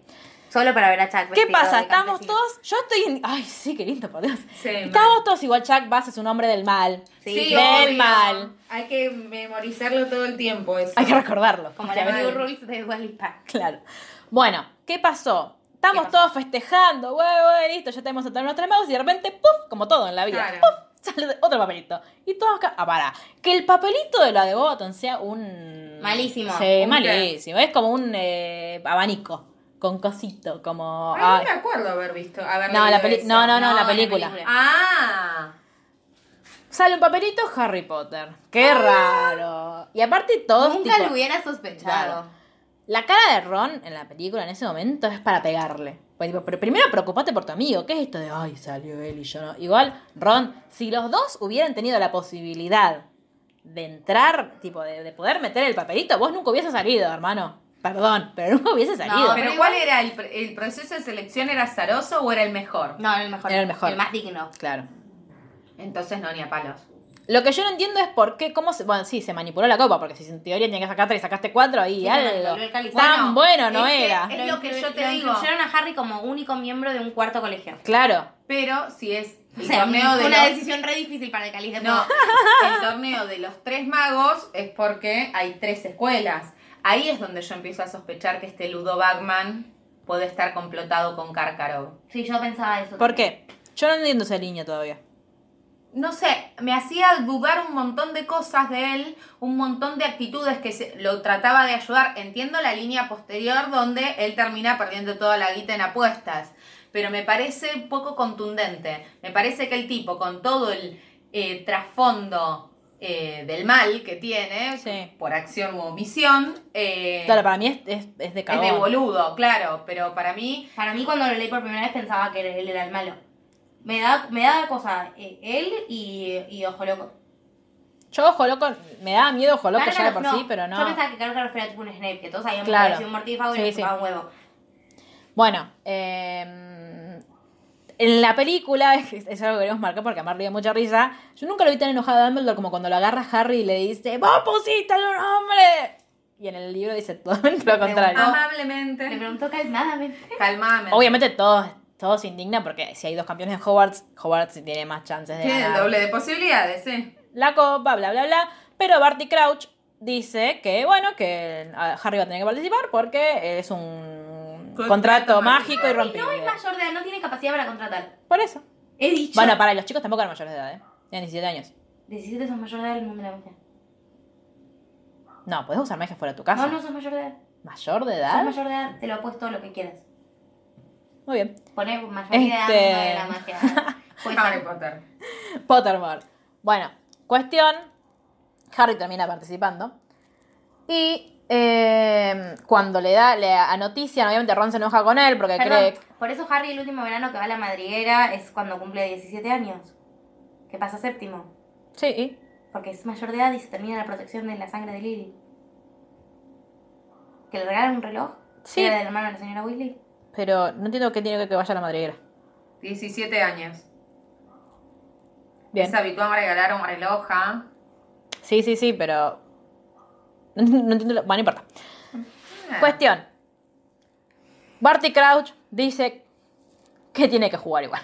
Solo para ver a Chuck.
¿Qué
vestido
pasa?
de
Estamos
campesino.
todos. Yo estoy. en- Ay, sí, qué lindo, por Dios.
Sí,
Estamos todos igual. Chuck Bass es un hombre del mal.
Sí,
Sí,
del
obvio.
mal.
Hay que memorizarlo todo el tiempo. Eso.
Hay que recordarlo.
Como
porque a
la
veces-
New Rules de Wally Pack.
Claro. Bueno, ¿qué pasó? Estamos
¿Qué pasó?
todos festejando, huevo, listo, ya tenemos a todos nuestros magos y de repente, ¡puf! Como todo en la vida,
Claro.
¡puf! Sale otro papelito. Y todos acá, ah, para. Que el papelito de la de Bobaton sea un.
Malísimo.
Sí,
¿Un
malísimo. Es como un eh, abanico, con cosito, como.
Ay,
ay.
no me acuerdo haber visto. haber
No, la
leído
peli-
eso.
no, no, no,
No,
la
la
película.
película.
Ah.
Sale un papelito Harry Potter. Qué raro. Y aparte, todos.
Nunca
tipo,
lo hubiera sospechado.
Claro. La cara de Ron en la película en ese momento es para pegarle. Pues, tipo, pero primero preocupate por tu amigo. ¿Qué es esto de, ay, salió él y yo no? Igual, Ron, si los dos hubieran tenido la posibilidad de entrar, tipo, de, de poder meter el papelito, vos nunca hubiese salido, hermano. Perdón, pero nunca hubiese salido.
Ah, pero
Pero
igual-
¿cuál era el, pr- el proceso de selección? ¿Era azaroso o era el mejor?
No, era el mejor.
Era el mejor.
El más digno.
Claro.
Entonces no, ni a palos.
Lo que yo no entiendo es por qué, cómo se. Bueno, sí, se manipuló la copa, porque si en teoría tenías que sacar tres, sacaste cuatro y
Sí, se
algo.
manipuló el cáliz.
Tan bueno no
es que-
era.
Es lo que yo te
Lo
digo.
incluyeron
Incluyeron a Harry como único miembro de un cuarto colegio.
Claro.
Pero si es
O
el
sea,
torneo de
una
los-
decisión re difícil para el cáliz de
No,
fuego.
el torneo de los tres magos es porque hay tres escuelas. Ahí es donde yo empiezo a sospechar que este Ludo Bagman puede estar complotado con Cárcaro.
Sí, yo pensaba eso.
¿Por qué? Yo no entiendo esa línea todavía.
No sé, me hacía dudar un montón de cosas de él, un montón de actitudes que se- lo trataba de ayudar. Entiendo la línea posterior donde él termina perdiendo toda la guita en apuestas, pero me parece poco contundente. Me parece que el tipo, con todo el eh, trasfondo eh, del mal que tiene,
Sí.
por acción u omisión, eh,
Claro, para mí es, es, es de
es
cagón.
de boludo, claro, pero para mí
Para mí cuando lo leí por primera vez pensaba que él era el malo. Me da, me da cosa eh, él y, y Ojo Loco.
Yo ojo loco, me daba miedo ojo loco ya de
Cárcaros,
por sí, pero no.
Yo pensaba que Cárcaros era tipo un Snape, que todos sabíamos
Claro.
que era así un mortífago y
Sí,
le
sí.
chupaba un huevo.
Bueno, eh, en la película, es, es algo que queremos marcar porque a Mar le dio mucha risa. Yo nunca lo vi tan enojado a Dumbledore como cuando lo agarra Harry y le dice, ¡Vos pusiste al un hombre! Y en el libro dice totalmente lo contrario.
Le
amablemente,
preguntó calmadamente.
calmame.
Obviamente todos, todos se indignan porque si hay dos campeones en Hogwarts, Hogwarts tiene más chances de
Tiene el
ganar
doble de posibilidades, sí.
la copa, bla, bla, bla. Pero Barty Crouch dice que, bueno, que ah, Harry va a tener que participar porque es un
Contrato
contrato, mágico y
Harry no
rompible.
es mayor de edad, no tiene capacidad para contratar.
Por eso.
He dicho.
Bueno, para y los chicos tampoco eran mayores de edad, ¿eh? Tienen 17 años.
17 sos mayor de edad del mundo de la magia.
No, podés usar magia fuera de tu casa.
No, no sos mayor de edad.
¿Mayor de
Sos
edad?
mayor de edad, te lo apuesto lo que quieras.
Muy bien.
Poné mayoría
Este-
mundo de la magia. Pues,
Harry Potter.
Pottermore. Bueno, cuestión. Harry termina participando. Y eh, cuando le da, le anotician, obviamente Ron se enoja con él porque
Perdón,
cree.
por eso Harry el último verano que va a la madriguera es cuando cumple 17 años. Que pasa séptimo.
Sí, y-
Porque es mayor de edad y se termina la protección de la sangre de Lily. ¿Que le regalan un reloj?
Sí.
¿Era del hermano de la señora Weasley?
pero no entiendo qué tiene que ver que vaya a la madriguera.
17 años.
Bien.
Es habitual regalar un reloj. ¿ah?
Sí, sí, sí, pero. No, enti- no entiendo. lo- Bueno, no importa.
Ah.
Cuestión. Barty Crouch dice que tiene que jugar igual.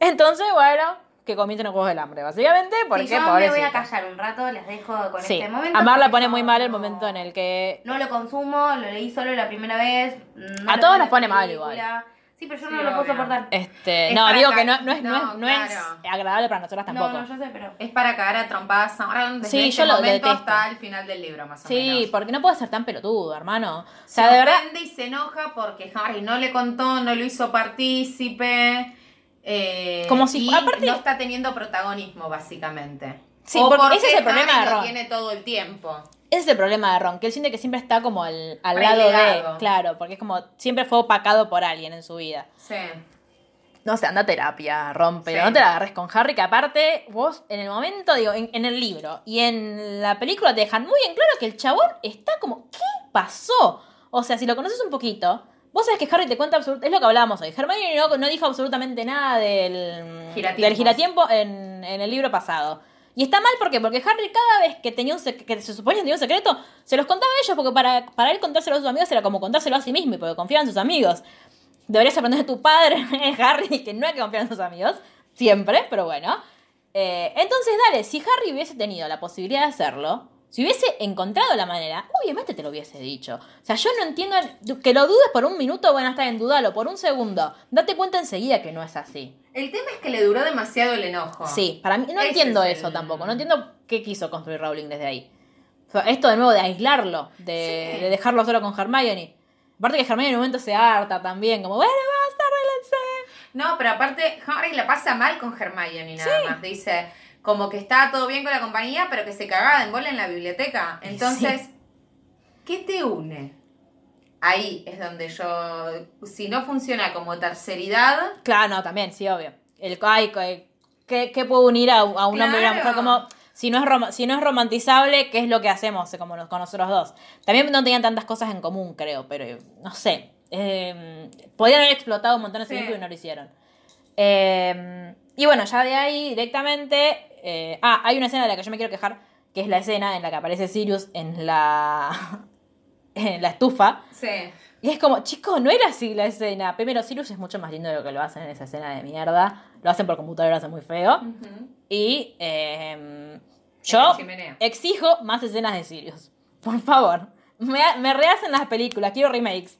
Entonces, bueno, que comiencen los juegos del hambre, básicamente, porque
Sí, yo me voy
pobrecita.
a callar un rato, les dejo con
Sí.
este momento.
a Mar la
porque
pone
yo
muy mal el
no-
momento en el que.
No lo consumo, lo leí solo la primera vez. no
A
lo
todos
vi en
nos pone
la
mal
película.
igual.
Sí, pero yo
Sí,
no lo puedo
obvio.
soportar.
Este,
Es
no,
para
digo
ca-
que no, no, es, no, es,
no,
no es
claro.
agradable para nosotras tampoco.
No, no, yo sé, pero...
Es para cagar a trompadas a Ron desde
Sí,
este
yo lo
momento
detesto.
hasta el final del libro, más o menos.
sí, porque no puedes ser tan pelotudo, hermano. O
Se
sea, de verdad.
ofende y se enoja porque Harry no le contó, no lo hizo partícipe. eh,
Como si-
y
aparte-
no está teniendo protagonismo, básicamente.
Sí,
O
porque ese es el problema de
Harry lo
Ron.
tiene todo el tiempo.
Ese es el problema de Ron, que él siente que siempre está como al, al lado
Relegado.
de. Claro, porque es como. Siempre fue opacado por alguien en su vida.
Sí.
No sé, anda a terapia, Ron, pero
Sí.
no te la agarres con Harry, que aparte, vos en el momento, digo, en, en el libro y en la película te dejan muy en claro que el chabón está como. ¿Qué pasó? O sea, si lo conoces un poquito, vos sabés que Harry te cuenta absolutamente. Es lo que hablábamos hoy. Hermione no, no dijo absolutamente nada del.
Giratiempos.
Del giratiempo en, en el libro pasado. Y está mal porque porque Harry cada vez que tenía un sec- que se suponía que tenía un secreto, se los contaba a ellos porque para, para él contárselo a sus amigos era como contárselo a sí mismo y porque confiaba en sus amigos. Deberías aprender de tu padre, eh, Harry, que no hay que confiar en sus amigos, siempre, pero bueno. Eh, entonces, dale, si Harry hubiese tenido la posibilidad de hacerlo, si hubiese encontrado la manera, obviamente te lo hubiese dicho. O sea, yo no entiendo que lo dudes por un minuto, bueno, está bien, dudalo por un segundo. Date cuenta enseguida que no es así.
El tema es que le duró demasiado el enojo.
Sí, para mí no
Ah. Ese
entiendo
es
eso
el-
tampoco, no entiendo qué quiso construir Rowling desde ahí. O sea, esto de nuevo de aislarlo, de,
Sí.
de dejarlo solo con Hermione. Aparte que Hermione en un momento se harta también, como, bueno, basta, arréglense.
No, pero aparte, Harry la pasa mal con Hermione nada más. Dice, como que está todo bien con la compañía, pero que se cagaba en bola en la biblioteca.
Y
Entonces, ¿qué te une? Ahí es donde yo, si no funciona como terceridad,
Claro, no, también, sí, obvio. El, ay, ay, ¿qué, qué puede unir a, a un hombre y a una mujer?
Claro.
Como, si no, es rom- si no es romantizable, ¿qué es lo que hacemos eh, como nos- con nosotros dos? También no tenían tantas cosas en común, creo, pero eh, no sé. Eh, podían haber explotado un montón ese
Sí.
Em, vínculo y no lo hicieron. Eh, y bueno, ya de ahí directamente eh, ah, hay una escena de la que yo me quiero quejar, que es la escena en la que aparece Sirius en la, en la estufa.
Sí.
Y es como, chicos, no era así la escena. Primero, Sirius es mucho más lindo de lo que lo hacen en esa escena de mierda. Lo hacen por computadora, lo hacen muy feo.
Ujú.
Y eh,
En
yo
la chimenea.
exijo más escenas de Sirius. Por favor. Me, me rehacen las películas, quiero remakes.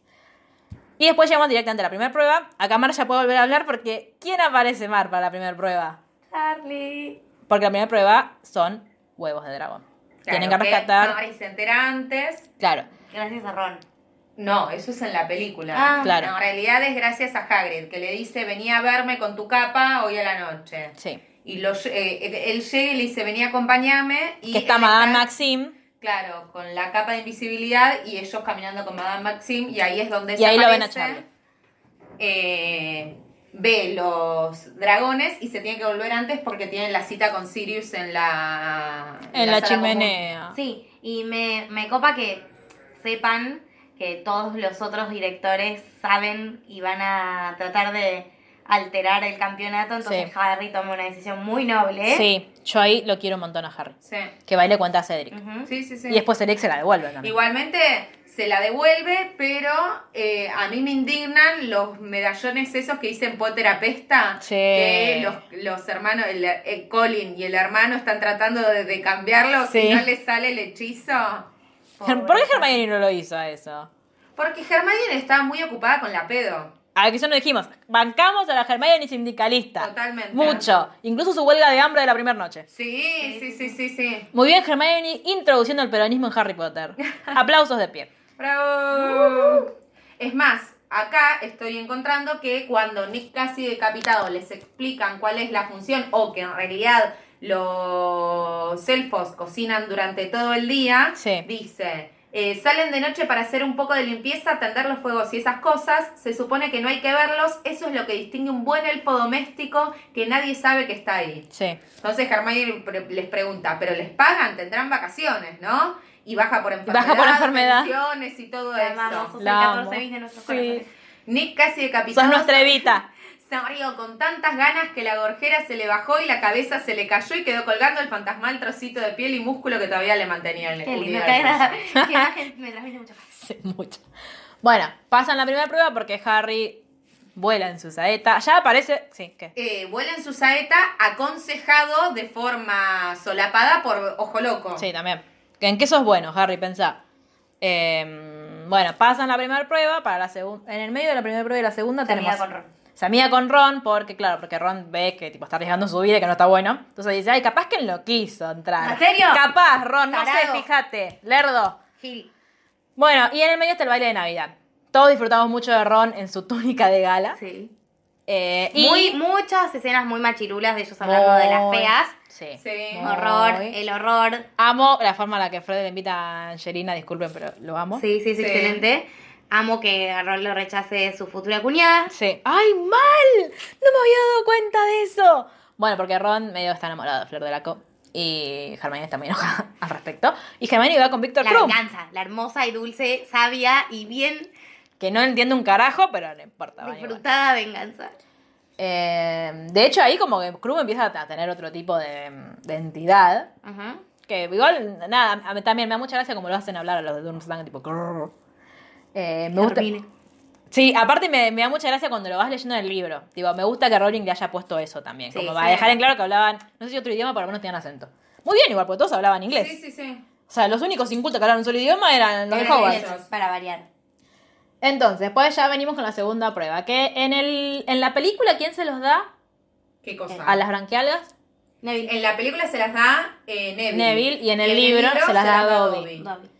Y después llegamos directamente a la primera prueba. Acá Mar ya puede volver a hablar porque ¿quién aparece Mar para la primera prueba?
Charlie.
Porque la primera prueba son huevos de dragón. Tienen que
Claro,
rescatar.
Mari se entera antes.
Claro.
Gracias a Ron.
No, eso es en la película.
Ah.
Claro.
No, en realidad es gracias a Hagrid, que le dice, venía a verme con tu capa hoy a la noche.
Sí.
Y lo lle- eh, él llega y le dice, venía, acompáñame. Y
que está
él
Madame Maxim.
Claro, con la capa de invisibilidad y ellos caminando con Madame Maxim y ahí es donde
Y
se
ahí lo ven a
aparece,
Charlie.
eh, ve los dragones y se tiene que volver antes porque tienen la cita con Sirius en la...
En la,
sala
chimenea.
Sí, y me, me copa que sepan que todos los otros directores saben y van a tratar de alterar el campeonato, entonces
Sí.
Harry toma una decisión muy
¿Eh?
noble.
Sí, yo ahí lo quiero un montón a Harry.
común.
Que va y le cuenta a Cedric.
Ujú.
Sí, sí, sí. sí.
Y después Cedric se la devuelve también.
Igualmente se la devuelve, pero eh, a mí me indignan los medallones esos que dicen Potter apesta.
Sí.
Que los, los hermanos, el, el Colin y el hermano están tratando de, de cambiarlo.
Sí.
Si no le sale el hechizo.
Her- ¿Por qué Hermione no lo hizo a eso?
Porque Hermione estaba muy ocupada con la pedo.
A que eso no dijimos. Bancamos a la Hermione sindicalista.
Totalmente.
Mucho. Incluso su huelga de hambre de la primera noche.
Sí, sí, sí, sí, sí.
Muy bien, Hermione, introduciendo el peronismo en Harry Potter. Aplausos de pie.
Bravo. Es más, acá estoy encontrando que cuando Nick casi decapitado les explican cuál es la función o que en realidad los elfos cocinan durante todo el día,
Sí.
dice, eh, salen de noche para hacer un poco de limpieza, atender los fuegos y esas cosas, se supone que no hay que verlos, eso es lo que distingue un buen elfo doméstico que nadie sabe que está ahí.
Sí.
Entonces Hermione pre- les pregunta, ¿pero les pagan? ¿Tendrán vacaciones, no? Y baja por enfermedad.
baja por enfermedad.
pensiones y todo
La
eso.
amamos, sos el
La amo.
14 bis de nuestros
Sí.
corazones.
Nick casi
Sos
decapitado.
nuestra Evita.
Se rió con tantas ganas que la gorjera se le bajó y la cabeza se le cayó y quedó colgando el fantasmal trocito de piel y músculo que todavía le mantenía el
Qué lindo,
unido
qué
al cuello.
agradable. Qué imagen, me transmite mucha paz.
Sí, mucho. Bueno, pasan la primera prueba porque Harry vuela en su saeta. Ya aparece. Sí, ¿qué?
Eh, vuela en su saeta, aconsejado de forma solapada por Ojo Loco.
Sí, también. ¿En qué sos bueno, Harry? Pensá. Eh, bueno, pasan la primera prueba para la segunda. En el medio de la primera prueba y la segunda
Se amiga
tenemos.
con Ron.
Se amiga con Ron porque, claro, porque Ron ve que tipo está arriesgando su vida y que no está bueno. Entonces dice, ay, capaz que él no quiso entrar.
¿En serio?
Capaz, Ron, no
Tarado.
sé, fíjate. Lerdo.
Gil.
Bueno, y en el medio está el baile de Navidad. Todos disfrutamos mucho de Ron en su túnica de gala.
Sí.
Eh, y
Muy, muchas escenas muy machirulas de ellos hablando de las
Muy.
feas.
Sí.
Sí.
Muy.
Horror, el horror.
Amo la forma en la que Fred le invita a Angelina, disculpen, pero lo amo.
Sí, sí, es
Sí.
excelente. Amo que a Ron lo rechace su futura cuñada.
Sí. ¡Ay, mal! No me había dado cuenta de eso. Bueno, porque Ron medio está enamorado de Flor de Laco. Y Hermione está muy enojada al respecto. Y Hermione va con Víctor
La
Krum,
venganza, la hermosa y dulce, sabia y bien
que no entiende un carajo, pero no importa. van igual.
disfrutada venganza.
Eh, de hecho, ahí como que Krum empieza a tener otro tipo de, de entidad.
Ajá.
Que igual, nada, a mí también me da mucha gracia como lo hacen hablar a los de Durmstrang, tipo... grrr. Eh, me gusta...
Hermine.
Sí, aparte me, me da mucha gracia cuando lo vas leyendo en el libro. Digo, me gusta que Rowling le haya puesto eso también.
Sí,
como
sí.
para dejar en claro que hablaban, no sé si otro idioma, pero al menos tenían acento. Muy bien, igual, porque todos hablaban inglés.
Sí, sí, sí.
O sea, los únicos incultos que hablaban un solo idioma eran los de
Eran
Hogwarts.
ellos.
Para variar.
Entonces, pues ya venimos con la segunda prueba. Que en, el, en la película, ¿quién se los da?
¿Qué cosa?
A las branquialgas,
Neville.
En la película se las da eh, Neville.
Neville, y en el
Y
libro se las da Dobby.
Dobby.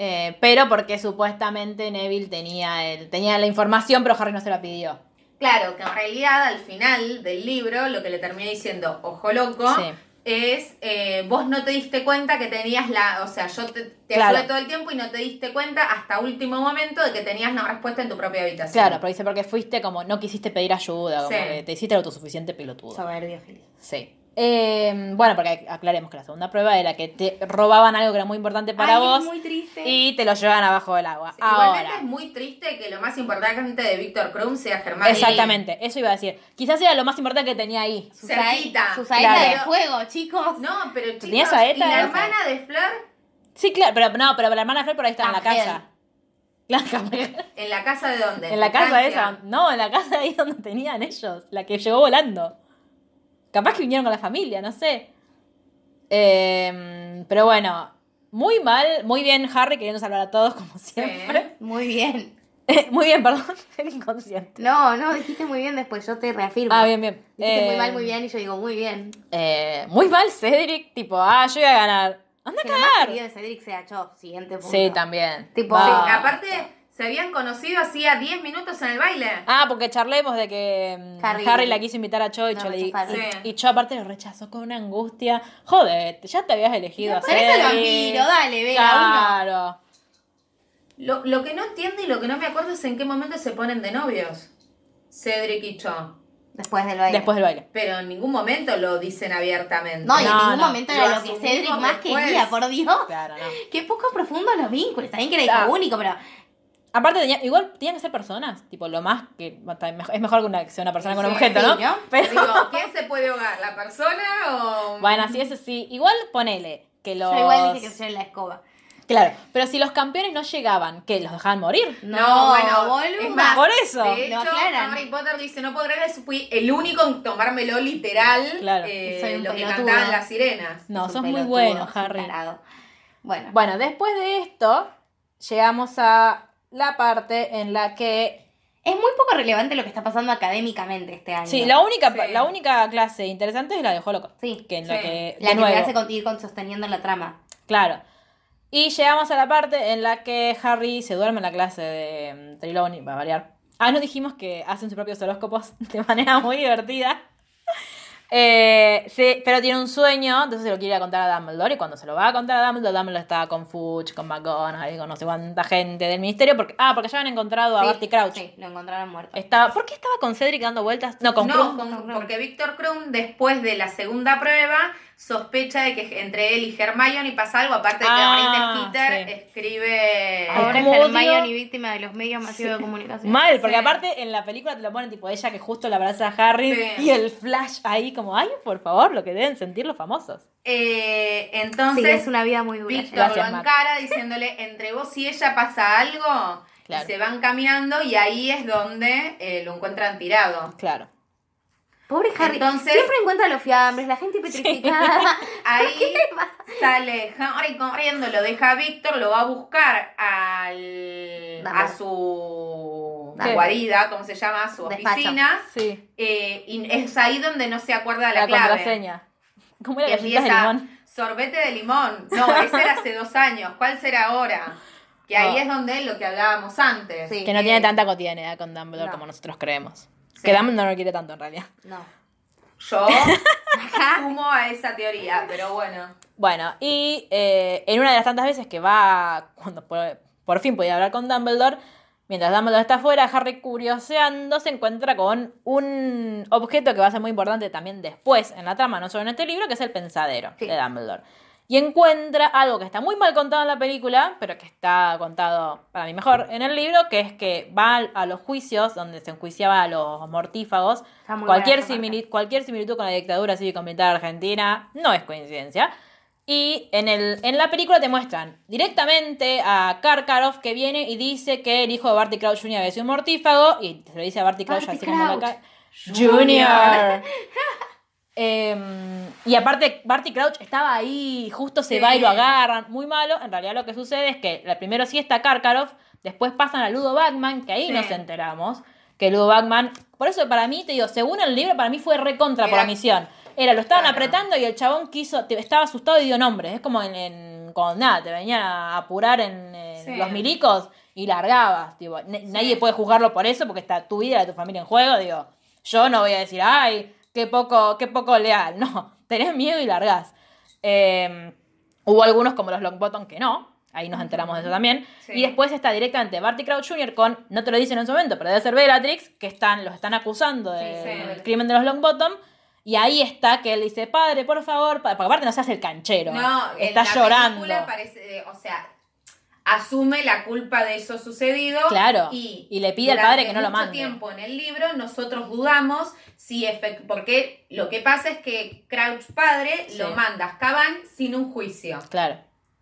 Eh, pero porque supuestamente Neville tenía, el, tenía la información, pero Harry no se la pidió.
Claro, que en realidad al final del libro lo que le termina diciendo Ojo Loco
Sí.
es eh, vos no te diste cuenta que tenías la... O sea, yo te, te
Claro.
ayudé todo el tiempo y no te diste cuenta hasta último momento de que tenías la respuesta en tu propia habitación.
Claro, pero dice, porque fuiste como, no quisiste pedir ayuda, como
Sí.
que te hiciste lo autosuficiente pelotudo.
Soberbio, Gil.
Sí. Eh, bueno, porque aclaremos que la segunda prueba era que te robaban algo que era muy importante para
Ay,
vos
Es muy triste.
y te lo llevaban abajo del agua.
Igualmente
Ahora.
es muy triste que lo más importante de Víctor Krum sea Germán.
Exactamente, eso iba a decir. Quizás era lo más importante que tenía ahí.
Su saeta-
Cerquita.
Su saeta
Claro.
de fuego, chicos.
No, pero chicos,
Tenía saeta
y la
esa.
hermana de Flor
Sí, claro, pero no, pero la hermana de Flor por ahí está en la
Ángel.
casa. La Ángel.
en la casa de dónde?
En la casa
Francia.
esa. No, en la casa ahí donde tenían ellos. La que llegó volando. Capaz que vinieron con la familia, no sé. Eh, pero bueno, muy mal, muy bien Harry queriendo salvar a todos como siempre.
Muy bien.
muy bien, perdón, el inconsciente.
No, no, dijiste muy bien después, yo te reafirmo.
Ah, bien, bien.
Dijiste muy
Eh,
mal, muy bien, y yo digo muy bien.
Eh, muy mal Cedric, tipo, ah, yo iba a ganar. Anda a
Que lo más
cagar.
querido de Cedric sea yo. Siguiente punto.
Sí, también.
Tipo,
Sí,
Va.
aparte, se habían conocido hacía 10 minutos en el baile.
Ah, porque charlemos de que mm,
Harry-
Harry, la quiso invitar a Cho y,
No,
Cho le-
rechazaron.
y-
Sí.
y Cho aparte lo rechazó con una angustia. Joder, ya te habías elegido a
Pero es el
Cedric.
vampiro, dale, venga, uno.
Claro.
Lo, lo que no entiendo y lo que no me acuerdo es en qué momento se ponen de novios. Cedric y Cho.
Después del baile.
Después del baile.
Pero en ningún momento lo dicen abiertamente.
No, y en
No,
ningún
no.
momento
Lo
era lo que
asumimos
Cedric más
después.
quería, por Dios.
Claro, no.
Qué poco profundo los vínculos. También que era hijo
Ah.
único, pero.
Aparte, tenía, igual tenían que ser personas. Tipo, lo más que. bueno, también mejor- Es mejor que una, que sea una persona con un
Sí,
objeto,
sí,
¿no?
¿no?
Pero.
Digo, ¿quién se puede ahogar? ¿La persona o.?
Bueno, así es, sí. Igual ponele que los.
Yo igual dije que soy la escoba.
Claro, pero si los campeones no llegaban, ¿qué? ¿Los dejaban morir?
No,
es
boluda.
más,
Por eso.
De hecho,
Lo aclaran.
Harry Potter dice, no puedo creer que fui el único en tomármelo literal
Claro.
eh,
Soy un
lo que
pelotudo.
cantaban las sirenas.
No,
Es un
sos muy
pelotudo,
bueno,
es un
Harry.
tarado. Bueno,
Bueno, después de esto, llegamos a la parte en la que.
es muy poco relevante lo que está pasando académicamente este año.
Sí, la única,
Sí.
la única clase interesante es la de Holocaust.
Sí.
Que en la
Sí.
que.
La
de
que
nuevo.
me hace con- ir con- sosteniendo la trama.
Claro. Y llegamos a la parte en la que Harry se duerme en la clase de mm, Trelawney, va a variar. Ah, nos dijimos que hacen sus propios horóscopos de manera muy divertida. Eh, se- pero tiene un sueño, entonces se lo quiere ir a contar a Dumbledore. Y cuando se lo va a contar a Dumbledore, Dumbledore está con Fudge, con McGonagall, con no sé cuánta gente del ministerio. Porque, ah, porque ya habían encontrado a
Sí,
Barty Crouch.
Sí, lo encontraron muerto.
Estaba, ¿Por qué estaba con Cedric dando vueltas? No, con
no,
Krum.
con-
con Krum.
porque Víctor Krum, después de la segunda prueba, sospecha de que entre él y Hermione pasa algo, aparte de que
Ah,
Rita Skeeter
sí. Ay,
escribe...
Ahora es
cómo odio-
Hermione víctima de los medios masivos de comunicación.
Mal, porque
Sí.
aparte en la película te lo ponen tipo ella que justo la abraza a Harry
Sí.
y el flash ahí como, ay, por favor, lo que deben sentir los famosos.
Eh,
Sí,
entonces,
es una vida muy dura.
Víctor lo
Gracias, Mac.
encara diciéndole, entre vos y ella pasa algo,
Claro.
y se van caminando y ahí es donde eh, lo encuentran tirado.
Claro.
Pobre Harry.
Entonces-
Siempre encuentra los fiambres, la gente petrificada.
Ahí sale Harry corriendo, lo deja a Víctor, lo va a buscar al,
Dame.
a su
Dame.
guarida, ¿cómo se llama? A su
Despacho.
oficina.
Sí.
Eh, y es ahí donde no se acuerda la,
La,
clave.
contraseña. ¿Cómo
Que
era galletas de
empieza,
limón?
sorbete de limón. No, ese era hace dos años. ¿Cuál será ahora? Que ahí
Ah.
es donde lo que hablábamos antes.
Sí.
Que no
Eh,
tiene tanta cotidianidad con Dumbledore
no.
como nosotros creemos.
Sí.
Que Dumbledore no lo quiere tanto en realidad.
No.
Yo sumo a esa teoría, pero bueno.
Bueno, y eh, en una de las tantas veces que va, cuando por, por fin podía hablar con Dumbledore, mientras Dumbledore está afuera, Harry curioseando se encuentra con un objeto que va a ser muy importante también después en la trama, no solo en este libro, que es el pensadero
Sí.
de Dumbledore. Y encuentra algo que está muy mal contado en la película, pero que está contado para mí mejor en el libro, que es que va al- a los juicios donde se enjuiciaba a los mortífagos.
Está muy
Cualquier,
buena esa
simili-
parte.
cualquier similitud con la dictadura cívico-militar argentina no es coincidencia. Y en, el, en la película te muestran directamente a Karkaroff que viene y dice que el hijo de Barty Crouch Jr. había sido un mortífago y se lo dice a Barty Crouch
Barty
así como la
Crouch
ca- Jr. Em, y aparte Barty Crouch estaba ahí, justo se
Sí.
va y lo agarran, muy malo. En realidad lo que sucede es que la- primero sí está Karkaroff, después pasan a Ludo Bagman, que ahí
Sí.
nos enteramos, que Ludo Bagman, por eso para mí, te digo, según el libro, para mí fue recontra por
Era-
la misión. Era, lo estaban
Claro.
apretando y el chabón quiso, te- estaba asustado y dio nombres. Es como en, en- con nada, te venían a apurar en, en
Sí.
los milicos y largabas. Tipo, na- Nadie puede juzgarlo por eso porque está tu vida, tu familia en juego. Digo, yo no voy a decir, ay, qué poco, qué poco leal. No, tenés miedo y largás. Eh, hubo algunos como los Longbottom que no. Ahí nos enteramos de eso también.
Sí.
Y después está directamente Barty Crouch Jr. con, no te lo dicen en su momento, pero debe ser Bellatrix, que están, los están acusando del
Sí, sí.
crimen de los Longbottom. Y ahí está que él dice, padre, por favor, pa-". porque aparte no se hace el canchero. ¿eh?
No, en
está
la
llorando.
película parece, eh, o sea, asume la culpa de eso sucedido.
Claro,
Y,
y le pide al
durante
padre que no lo
mucho
mande.
tiempo en el libro nosotros dudamos si efect- porque lo que pasa es que Crouch padre
Sí.
lo manda a Azkaban sin un juicio.
Claro.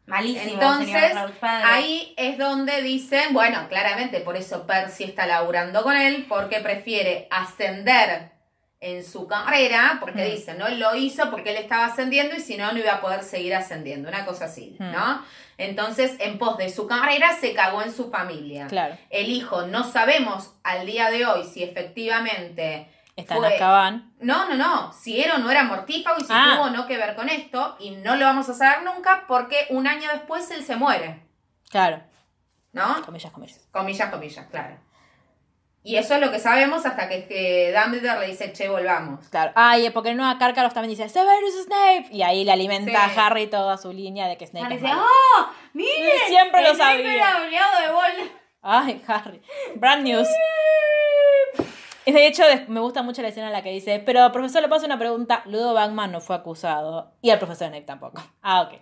Malísimo,
Entonces,
señor Raúl Padre.
ahí es donde dicen, bueno, claramente por eso Percy está laburando con él, porque prefiere ascender en su carrera, porque
Mm.
dice, no, él lo hizo porque él estaba ascendiendo y si no, no iba a poder seguir ascendiendo, una cosa así,
Mm.
¿no? Entonces, en pos de su carrera, se cagó en su familia.
Claro.
El hijo, no sabemos al día de hoy si efectivamente
Está en
Fue-
Azkaban.
no, no, no. Si era o no era mortífago y si
Ah.
tuvo o no que ver con esto. Y no lo vamos a saber nunca porque un año después él se muere.
Claro.
¿No?
Comillas, comillas.
Comillas, comillas, claro. Y eso es lo que sabemos hasta que, que Dumbledore le dice, che, volvamos.
Claro. Ah, y porque no a Karkaroff también dice, Severus Snape. Y ahí le alimenta
Sí.
a Harry toda su línea de que Snape
Harry
es
dice,
malo.
¡oh! ¡Miren!
Sí, siempre lo
el Snape
sabía.
era oleado de bola.
Ay, Harry. Brand news. Y De hecho, des- me gusta mucho la escena en la que dice, pero profesor, le paso una pregunta. Ludo Bagman no fue acusado. Y al profesor Snape tampoco. Ah, ok.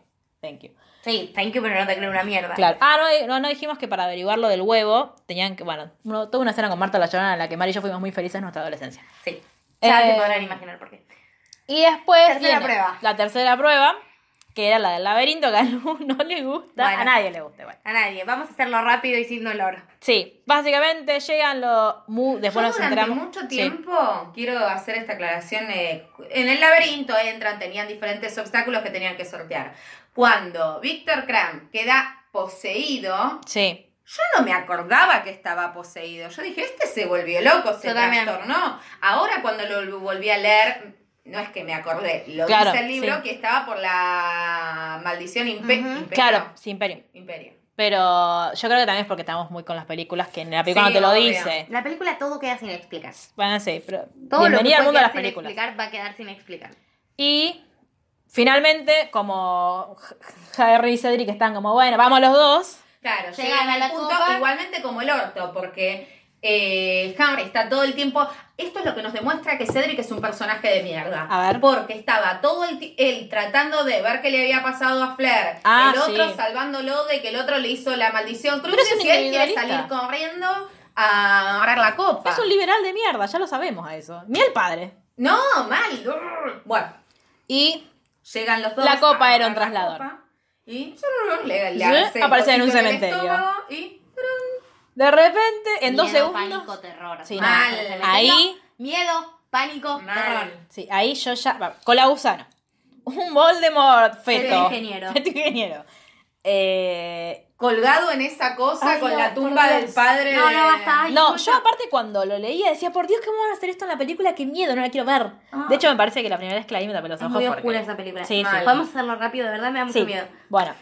Thank you.
Sí, thank you, pero no te creo una mierda.
Claro. Ah, no, no, no dijimos que para averiguar lo del huevo, tenían que, bueno, no, tuve una escena con Marta La Llorona en la que Mari y yo fuimos muy felices en nuestra adolescencia.
Sí. Ya
Eh,
se podrán imaginar por qué.
Y después.
Tercera
viene
prueba.
La tercera prueba, que era la del laberinto, que a Lu no le gusta.
Bueno.
A nadie le gusta, bueno.
A nadie. Vamos a hacerlo rápido y sin dolor.
Sí, básicamente llegan los. mu-
Yo
Después nos
durante
enteramos.
mucho
sí.
tiempo quiero hacer esta aclaración. eh, en el laberinto entran, tenían diferentes obstáculos que tenían que sortear. Cuando Víctor Kram queda poseído,
Sí.
Yo no me acordaba que estaba poseído. Yo dije, este se volvió loco, se
Yo también.
trastornó. Ahora cuando lo volví a leer, no es que me acordé, lo
Claro,
dice el libro
sí.
que estaba por la maldición impe
Ujú.
imperio.
Claro, sí, Imperio.
Imperio.
Pero yo creo que también es porque estamos muy con las películas que en la película
Sí,
no te lo
obvio.
dice.
La película todo queda sin explicar.
Bueno, sí, pero.
Todo
bienvenida
lo que
al mundo de las
puede quedar sin
películas.
explicar va a quedar sin explicar.
Y finalmente, como Harry y Cedric están como, bueno, vamos los dos.
Claro,
Llegan
llegan
a
al
la
punto
copa.
igualmente como el orto, porque eh, Harry está todo el tiempo. Esto es lo que nos demuestra que Cedric es un personaje de mierda.
A ver.
Porque estaba todo el ti- él tratando de ver qué le había pasado a Flair.
Ah,
el otro
sí.
salvándolo de que el otro le hizo la maldición
Pero
cruce
es un
y él quiere
individualista.
salir corriendo a agarrar la copa.
Es un liberal de mierda, ya lo sabemos a eso. Ni el padre.
No, mal. grrr. Bueno,
Y
llegan los dos.
La copa
a
era un
agarrar la
traslador.
copa Y le, le
¿Sí?
hace el
Aparece en un
cosito el
cementerio.
estómago y
de repente, en dos
Miedo,
segundos.
pánico, terror.
Sí,
Mal.
no.
Se metió
Ahí-
Miedo, pánico,
Mal.
terror.
Sí, ahí yo ya. va, Con la gusana. Un Voldemort feto.
Feto ingeniero.
Feto ingeniero. Eh,
colgado en esa cosa
Ay,
con
no,
la
por
tumba
Dios.
del padre.
No,
de-
no, basta. Ay,
no,
no,
yo
no.
aparte cuando lo leía decía, por Dios, ¿cómo van a hacer esto en la película? ¡Qué miedo! No la quiero ver. De hecho, me parece que la primera vez que la vi me tapé los
Ah. Es
ojos.
muy
porque-
oscura esa película.
Sí, sí.
Mal. Podemos hacerlo rápido, de verdad me da mucho
Sí.
miedo.
Bueno,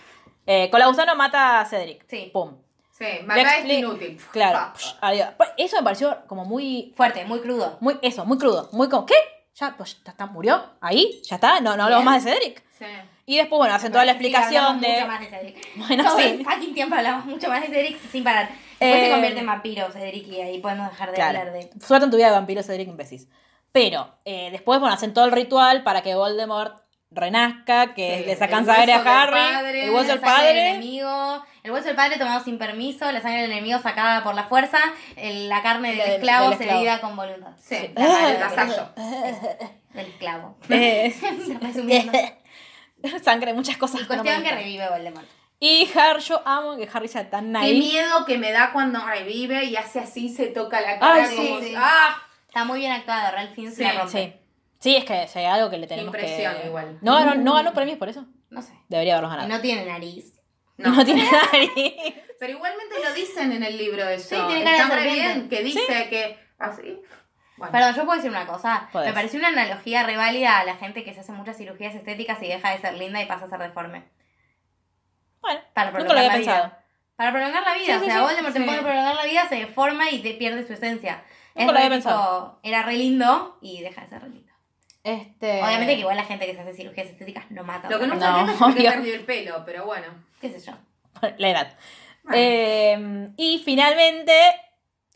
eh, con la gusano mata a Cedric.
Sí. este
Pum.
Sí,
Le
matar
expli-
es inútil.
Claro.
Ah,
Psh, adiós. Pues, Eso me pareció como muy.
Fuerte, muy crudo.
muy eso, muy crudo. Muy como, ¿qué? Ya, pues, ya está, murió. Ahí, ya está. No, no hablamos
Bien.
más de Cedric.
sí.
Y después, bueno, hacen toda la explicación
Sí, hablamos
de.
Mucho más de Cedric.
Bueno,
Todo
sí.
el fucking tiempo hablamos mucho más de Cedric sin parar. Después
Eh,
se convierte en vampiro Cedric y ahí podemos dejar de
Claro.
hablar de...
Suerte en tu vida de vampiro, Cedric, imbécil. Pero eh, después, bueno, hacen todo el ritual para que Voldemort renazca, que
Sí,
le
el
sacan sangre Eh, a
hueso del
Harry,
padre,
el hueso
La
del
sangre del
padre.
enemigo, el hueso del padre tomado sin permiso, la sangre del enemigo sacada por la fuerza, el- la carne del,
Del- del
esclavo
esclavo.
servida con voluntad.
Sí,
La madre
el
del
vasallo.
Ah.
Del esclavo.
Eh,
Resumiendo.
sangre de muchas cosas. no me
Cuestión que
gustan.
revive Voldemort.
y Harry, yo amo que Harry sea tan
Qué
naive.
miedo que me da cuando revive y hace así, se toca la cara.
Ay,
como-
sí, sí.
¡Ah!
Está muy bien actuado, Ralph Fiennes
Sí,
la rompe.
Sí. Sí, es que es algo que le tenemos
Impresión,
que...
igual.
No ganó, no ganó premios por eso.
No sé.
Debería haberlos
Y
ganado.
no tiene nariz.
No, tiene nariz.
Pero igualmente lo dicen en el libro eso.
Sí, tiene cara de
Está muy
serpiente.
bien que dice que así. Bueno,
Perdón, yo puedo decir una cosa.
Podés.
Me pareció una analogía re válida a la gente que se hace muchas cirugías estéticas y deja de ser linda y pasa a ser deforme.
Bueno,
Para
nunca lo había
prolongar la vida.
pensado.
Para prolongar la vida.
Sí, sí,
o sea,
sí.
Voldemort
Sí.
te puede prolongar la vida, se deforma y te pierde su esencia.
Nunca lo
re
había
tipo,
pensado.
Era re lindo y deja de ser re lindo.
Este...
Obviamente que igual la gente que se hace cirugías estéticas no mata.
lo que no,
No,
entiendo es por qué
obvio.
perdió el pelo, pero bueno.
¿Qué sé yo?
La edad. Eh, y finalmente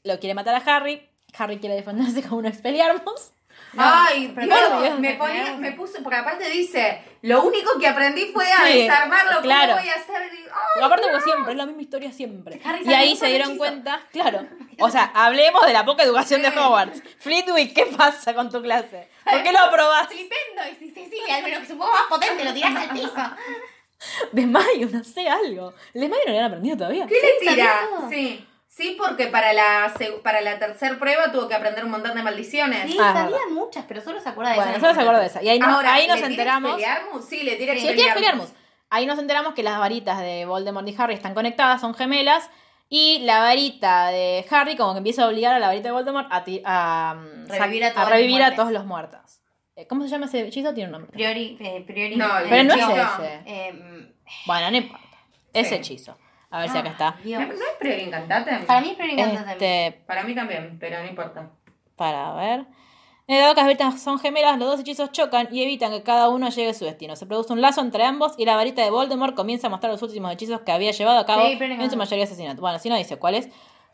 lo quiere matar a Harry. Harry quiere defenderse con un expeliarmos.
Ay,
pero
Dios,
claro, Dios,
me,
no
ponía-
tenemos.
me puso, porque aparte dice, lo único que aprendí fue a
Sí,
desarmarlo,
claro.
¿cómo voy a hacer? Y digo, "Ah".
Porque aparte porque siempre, es la misma historia siempre.
Harry
Y ahí
Potter
se dieron
hechizo.
cuenta, claro. O sea, hablemos de la poca educación de
Sí.
Hogwarts. Flitwick, ¿qué pasa con tu clase? ¿Por qué lo aprobás?
Flipendo, y si Cecilia, pero que supongo más potente, lo tirás al piso.
Ah, De Mayo, no sé algo. El de Mayo no lo han aprendido todavía.
¿Qué le tira?
¿sabía todo?
Sí, sí, porque para la, seg- para la tercera prueba tuvo que aprender un montón de maldiciones.
Sí,
Ah, es
sabía
verdad.
muchas, pero solo se acuerda de
Bueno,
esa.
nosotros se acuerda de esa. Y ahí, no-
Ahora,
ahí
¿le
nos
tiene
enteramos.
Expelliarmus? Sí, le tira
Sí, tiene Expelliarmus. Ahí nos enteramos que las varitas de Voldemort y Harry están conectadas, son gemelas. Y la varita de Harry como que empieza a obligar a la varita de Voldemort a, ti- a, um,
Revivir a
sac-
todos los
revivir a
muertos.
todos los muertos. Eh, ¿Cómo se llama ese hechizo? Tiene un nombre.
Priori, eh, priori.
No,
eh,
Pero no es
no.
ese.
eh,
Bueno, no importa. Es
Sí.
hechizo. A ver si acá está.
Dios.
¿No no es Priori Incantatem?
Para mí es priori encantado Ah. también.
Este,
Para mí también, pero no importa.
para ver. Eh, dado que las varitas son gemelas, los dos hechizos chocan y evitan que cada uno llegue a su destino. Se produce un lazo entre ambos y la varita de Voldemort comienza a mostrar los últimos hechizos que había llevado a cabo
Sí, pero no.
en su mayoría asesinatos. Bueno, si no dice cuáles.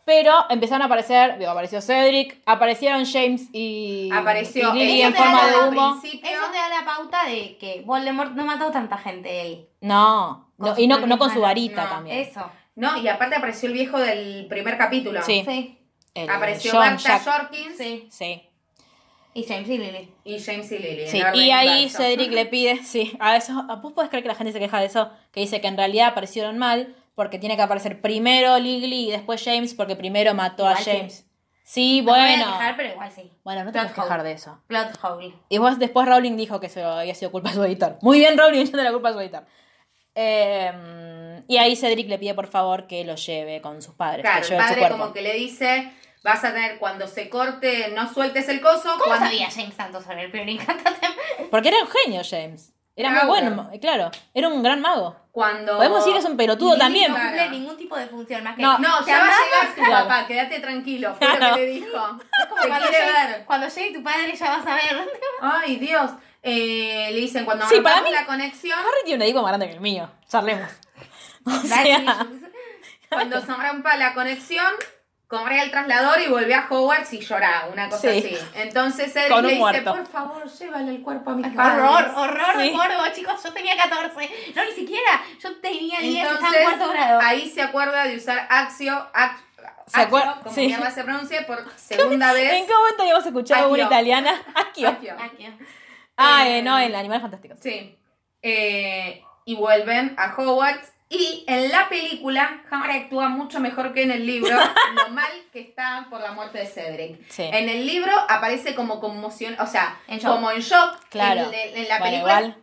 Pero empezaron a aparecer, digo, apareció Cedric, aparecieron James y,
Apareció
y Lily
ella
en
te da
forma
la-
de humo.
al principio.
Eso te da la pauta de que Voldemort no mató tanta gente él.
No,
Con
no,
sus
y no,
propias
no con su
manos,
varita
no,
también.
Eso.
No, y aparte apareció el viejo del primer capítulo.
Sí.
Sí.
El
Apareció
John
Marta
Jack-
Jorkins
Sí.
Sí.
Y James y Lily.
y James y Lily. en
Sí,
orden
y ahí
inverso.
Cedric le pide, sí, a eso, ¿a- vos podés creer que la gente se queja de eso, que dice que en realidad aparecieron mal, porque tiene que aparecer primero Lily y después James, porque primero mató a
Igual sí.
James. Sí,
No me
bueno.
voy a quejar, pero igual sí.
Bueno, no te puedes
Plot hole.
quejar de eso.
Plot hole.
Y vos después Rowling dijo que eso había sido culpa de su editor. Muy bien, Rowling, echando la culpa a su editor. Eh, y ahí Cedric le pide por favor que lo lleve con sus padres,
Claro,
que
el
lleve su
padre
cuerpo.
como que le dice, vas a tener, cuando se corte, no sueltes el coso.
¿Cómo
cuando-
sabía James tanto sobre el priori incantatem?
Porque era un genio, James. Era muy
Claro.
bueno, claro. Era un gran mago.
Cuando...
Podemos decir que es un pelotudo
Lily
también.
No cumple
Claro.
ningún tipo de función más que.
No,
No,
te
ya va
amamos.
a llegar tu
Claro.
papá, quédate tranquilo, fue lo
Claro.
que le dijo.
Es como
Te
cuando
quiere
llegue,
ver.
cuando llegue tu padre ya vas a ver.
Ay, Dios. Eh, le dicen, cuando
Sí, para
rompamos
mí-
la conexión,
Harry tiene un dedico más grande que el mío. Charlemos. O
That
sea,
is-
cuando se rompa la conexión, compré el traslador y volví a Hogwarts y llorá, una cosa
Sí.
así. Entonces él
Con un
le dice,
muerto.
por favor, llévale el cuerpo a mi
Horror, horror,
Sí.
morbo, chicos. Yo tenía 14. No, ni siquiera. Yo tenía 10, estaba en
Entonces,
cuarto grado.
ahí se acuerda de usar Axio, Ac-
Se
Axio,
acuer-
como
sí.
mierda se pronuncia, por segunda
¿En
vez.
qué momento habíamos escuchado
Accio.
una italiana? Accio.
Axio.
Aquio.
Ah, eh, no, en Animales Fantásticos.
Sí. Eh, y vuelven a Hogwarts. Y en la película, Hammer actúa mucho mejor que en el libro, lo mal que está por la muerte de Cedric.
Sí.
En el libro aparece como conmoción, o sea,
En shock.
como en shock.
Claro.
En, en- en la
Bueno,
película,
igual,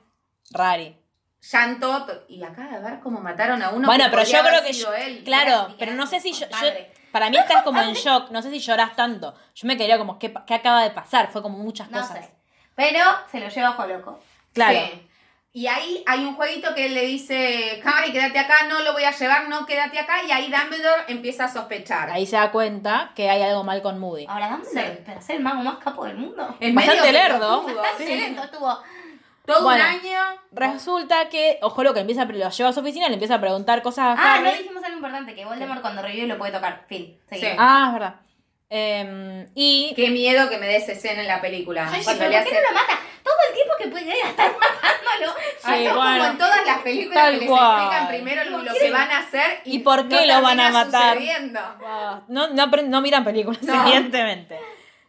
Rari.
llanto. to- Y acá de ver cómo mataron a uno.
bueno,
que
pero
podría
yo creo
haber
que.
sido
yo-
él.
claro,
Era-
pero
era
no sé si yo. yo-
padre.
para mí estás como en shock. No sé si llorás tanto. Yo me quería como, ¿qué, pa- qué acaba de pasar? Fue como muchas
No
cosas.
sé. Pero se lo lleva ojo loco.
Claro.
Sí. Y ahí hay un jueguito que le dice, Harry, quédate acá, no lo voy a llevar, no, quédate acá. Y ahí Dumbledore empieza a sospechar.
Ahí se da cuenta que hay algo mal con
Ah.
Moody.
Ahora, Dumbledore, para ser el mago más capo del mundo.
Es
Bastante
medio
lerdo.
pelotudo,
Tan
sí.
lento estuvo.
Todo
Bueno.
un año.
Resulta que, ojo lo que empieza, a pre- lo lleva a su oficina, le empieza a preguntar cosas a
Ah,
Harry.
no dijimos algo importante: que Voldemort cuando revive lo puede tocar. Fin. Seguimos.
Sí.
Ah, es verdad. Em, y
Qué miedo que me dé esa escena en la película.
Ay,
cuando
pero
le
¿por qué
hace...
no lo mata? Todo el tiempo que puede estar matándolo.
Ay,
Yo no-
bueno.
Ah, Como en todas las películas
Tal
que les
cual.
explican primero lo, lo que van a hacer y,
¿Y por qué
no
lo van a
termina
matar?
sucediendo.
Ah, No, no, apren- no miran películas,
No.
evidentemente.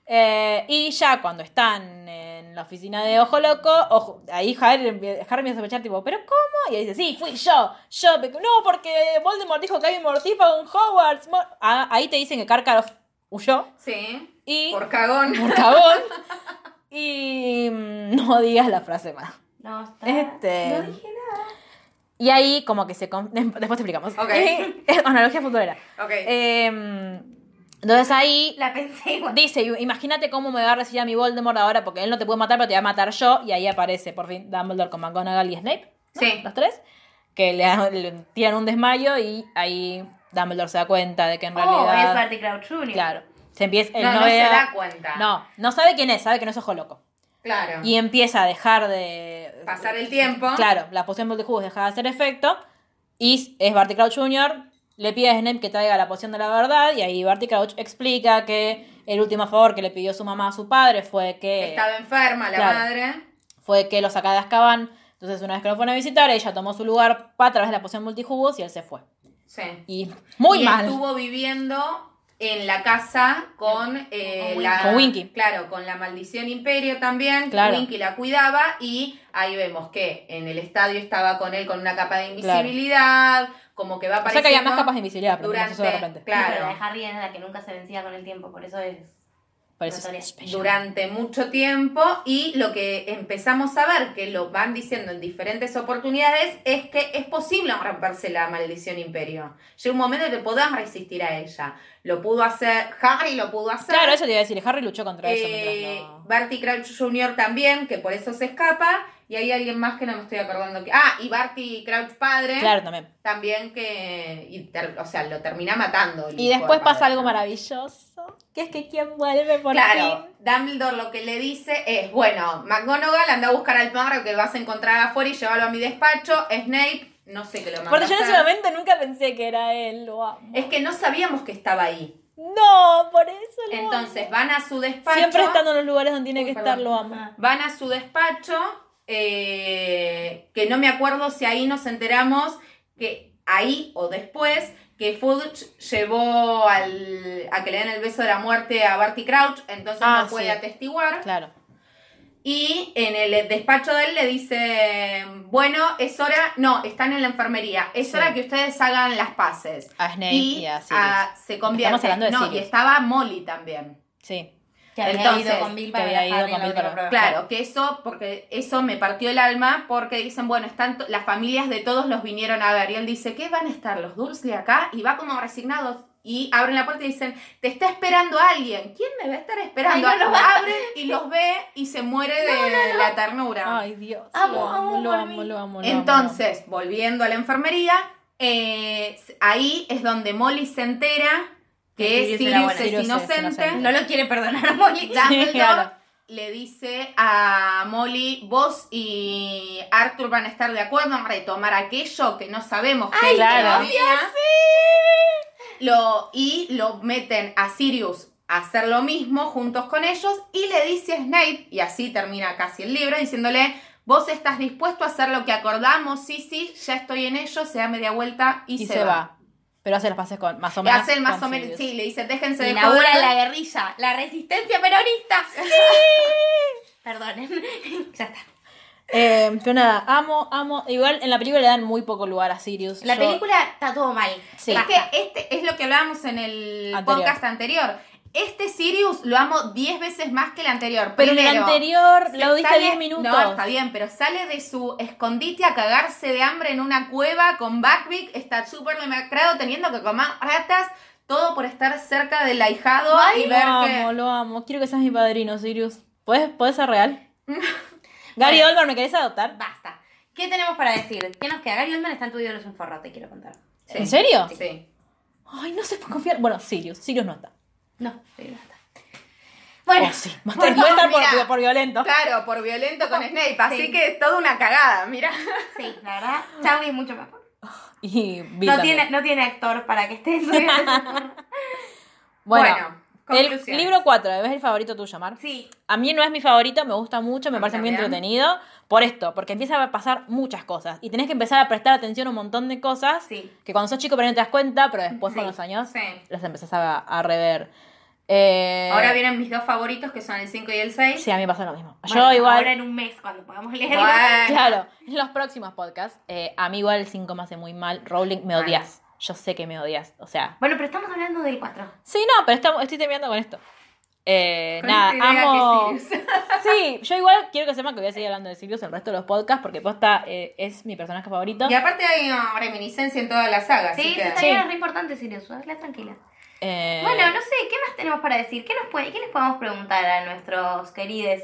Eh, y ya cuando están en la oficina de Ojo Loco, ojo- ahí Harry, empie- Harry empieza a sospechar, tipo, ¿pero cómo? Y ahí dice, sí, fui yo, yo, pe- no, porque Voldemort dijo que hay un mortífago en Hogwarts. Mo- Ah, ahí te dicen que Karkaroff huyó
Sí.
y...
Por cagón.
por cagón. y mm, no digas la frase más.
No, está.
Este.
No dije nada.
Y ahí como que se... con- Después te explicamos.
Ok.
Es analogía futbolera.
Ok.
Em, entonces ahí
La pensé igual.
dice, imagínate cómo me va a recibir a mi Voldemort ahora, porque él no te puede matar, pero te va a matar yo. Y ahí aparece por fin Dumbledore con McGonagall y Snape,
sí.
los tres, que le, le tiran un desmayo y ahí Dumbledore se da cuenta de que en
Oh, es
realidad...
Barty Crouch Jr.
claro. Se empieza... él
No, no se
ve a-
da cuenta.
No, no sabe quién es, sabe que no es ojo loco.
Claro.
Y empieza a dejar de...
Pasar el tiempo.
Claro, la poción multijugos deja de hacer efecto. Y es Barty Crouch Jr. Le pide a Snape que traiga la poción de la verdad. Y ahí Barty Crouch explica que El último favor que le pidió su mamá a su padre fue que
Estaba enferma la
eh, claro.
madre.
fue que lo sacara de Azkaban. Entonces, una vez que lo fueron a visitar, ella tomó su lugar a través de la poción multijugos y él se fue.
Sí.
Y muy
y
mal.
estuvo viviendo en la casa con, eh,
Con
la
Winky. Con Winky.
Claro, con la maldición imperio también.
Claro.
Winky la cuidaba y ahí vemos que en el estadio estaba con él con una capa de invisibilidad, como que va
O sea que
apareciendo
había más capas de invisibilidad, pero
durante,
eso de repente.
Pero la de
Claro,
Harry es la que nunca se vencía con el tiempo, por eso es.
Por eso es
Notoria.
especial.
durante mucho tiempo y lo que empezamos a ver, que lo van diciendo en diferentes oportunidades, es que es posible romperse la maldición imperio. Llega un momento que podás resistir a ella. Lo pudo hacer, Harry lo pudo hacer.
Claro, eso te iba a decir. Harry luchó contra eso
Eh,
mientras no-
Barty Crouch Jr. también, que por eso se escapa. Y hay alguien más que no me estoy acordando. Que... Ah, y Barty Crouch padre.
Claro, también.
También que. y ter- O sea, lo termina matando. el
Y
hijo
después
de
pasa
padre.
algo maravilloso, que es que quien vuelve por
Claro,
fin.
Dumbledore lo que le dice es: bueno, McGonagall anda a buscar al pájaro que vas a encontrar afuera y llévalo a mi despacho. Snape, no sé qué lo manda.
Porque
a
yo en ese
hacer.
momento nunca pensé que era él, lo amo.
Es que no sabíamos que estaba ahí.
No, por eso lo
Entonces
amo.
van a su despacho.
Siempre estando en los lugares donde tiene
Uy,
que
perdón.
estar, lo amo.
Ajá.
van a su despacho, eh, que no me acuerdo si ahí nos enteramos que ahí o después que Fudge llevó al, a que le den el beso de la muerte a Barty Crouch, entonces
Ah,
no puede
sí.
atestiguar.
Claro.
Y en el despacho de él le dice, bueno, es hora, no, están en la enfermería, es
Sí.
hora que ustedes hagan las paces.
A Snape
Y,
y a Sirius.
ah, se convierte.
Estamos hablando de
no, y
Sirius.
estaba Molly también.
Sí.
Que había
Entonces,
ido con Bill
que
para
había ido
Harry en
con
la
Bill para-
última prueba.
Claro, que eso, porque eso me partió el alma, porque dicen, bueno, están to- las familias de todos los vinieron a ver. Y él dice, ¿qué van a estar los Dursley acá? Y va como resignados. Y abren la puerta y dicen, te está esperando alguien. ¿Quién me va a estar esperando?
Ay, no lo va-
Abren y los ve y se muere de la ternura.
Ay, Dios.
Amo,
lo, amo,
amo,
lo
volví.
amo, lo amo, lo amo,
Entonces, volviendo a la enfermería, eh, ahí es donde Molly se entera que
Que Sirius era
Sirius
buena.
es
Sirius es
inocente.
inocente.
No lo quiere perdonar a Molly.
Dumbledore
claro.
le dice a Molly, vos y Arthur van a estar de acuerdo en retomar aquello que no sabemos que
Ay, claro.
Lo, y lo meten a Sirius a hacer lo mismo juntos con ellos y le dice a Snape, y así termina casi el libro, diciéndole, vos estás dispuesto a hacer lo que acordamos, sí, sí, ya estoy en ello, se da media vuelta y,
Y, se, va. Pero hace las pases con más o
Le
menos.
hace el más
con
o menos,
Sirius.
sí, le dice, déjense de
Inaugura
joder".
la guerrilla, la resistencia peronista. Perdonen. ya está.
Eh, pero nada, amo, amo. Igual en la película le dan muy poco lugar a Sirius.
La
Yo-
película está todo mal.
Sí.
Es que este es lo que hablábamos en el
Anterior.
podcast anterior. Este Sirius lo amo 10 veces más que el anterior.
Pero en el
Primero,
anterior
se
la diste
sale-
10 minutos.
No, está bien, pero sale de su escondite a cagarse de hambre en una cueva con Buckbeak. Está súper demacrado teniendo que comer ratas. Todo por estar cerca del ahijado y
lo
ver
amo,
que...
lo amo. Quiero que seas mi padrino, Sirius. ¿Puedes, puedes ser real? Gary
Bueno.
Oldman, ¿me querés adoptar?
Basta. ¿Qué tenemos para decir? ¿Qué nos queda? Gary Oldman está en tu ídolos un forro, te quiero contar.
Sí.
¿En serio?
Sí.
Ay, no se puede confiar. Bueno, Sirius. Sirius no está.
No, sí, no está. Bueno,
Oh, sí.
por
Puede
favor,
estar
mirá.
por, por violento.
Claro, por violento con Snape. Así
Sí.
que es toda una cagada, mira.
Sí, la verdad, Charlie es mucho mejor.
Y Bill
No
también.
tiene, no tiene actor para que esté en su ídolos un forro.
Bueno, el
conclusiones.
libro 4, ¿es el favorito tuyo, Mar?
Sí,
A mí no es mi favorito, me gusta mucho, me
A mí
parece muy
también.
entretenido. Por esto, porque empieza a pasar muchas cosas. Y tenés que empezar a prestar atención a un montón de cosas
sí.
que cuando sos chico por ahí no te das cuenta, pero después con
Sí,
los años
sí.
las empezás a, a rever. Eh,
Ahora vienen mis dos favoritos, que son el 5 y el 6.
Sí, a mí me pasa lo mismo.
Bueno,
Yo igual.
Ahora en un mes, cuando podamos leer.
Claro, en los próximos podcasts, eh, a mí igual el 5 me hace muy mal. Rowling, me
Mal.
odias. Yo sé que me odias. O sea,
Bueno, pero estamos hablando del 4.
Sí, no, pero estamos, estoy terminando con esto. Eh,
Con
nada,
esta idea
amo.
que Sirius-
Sí, yo igual quiero que sepan que voy a seguir hablando de Sirius el resto de los podcasts porque Posta eh, es mi personaje favorito.
Y aparte hay una reminiscencia en toda la saga,
Sí,
así
sí,
que...
está bien, es re importante, Sirius. Hazla tranquila.
Eh,
Bueno, no sé, ¿qué más tenemos para decir? ¿Qué, nos puede, ¿Qué les podemos preguntar a nuestros queridos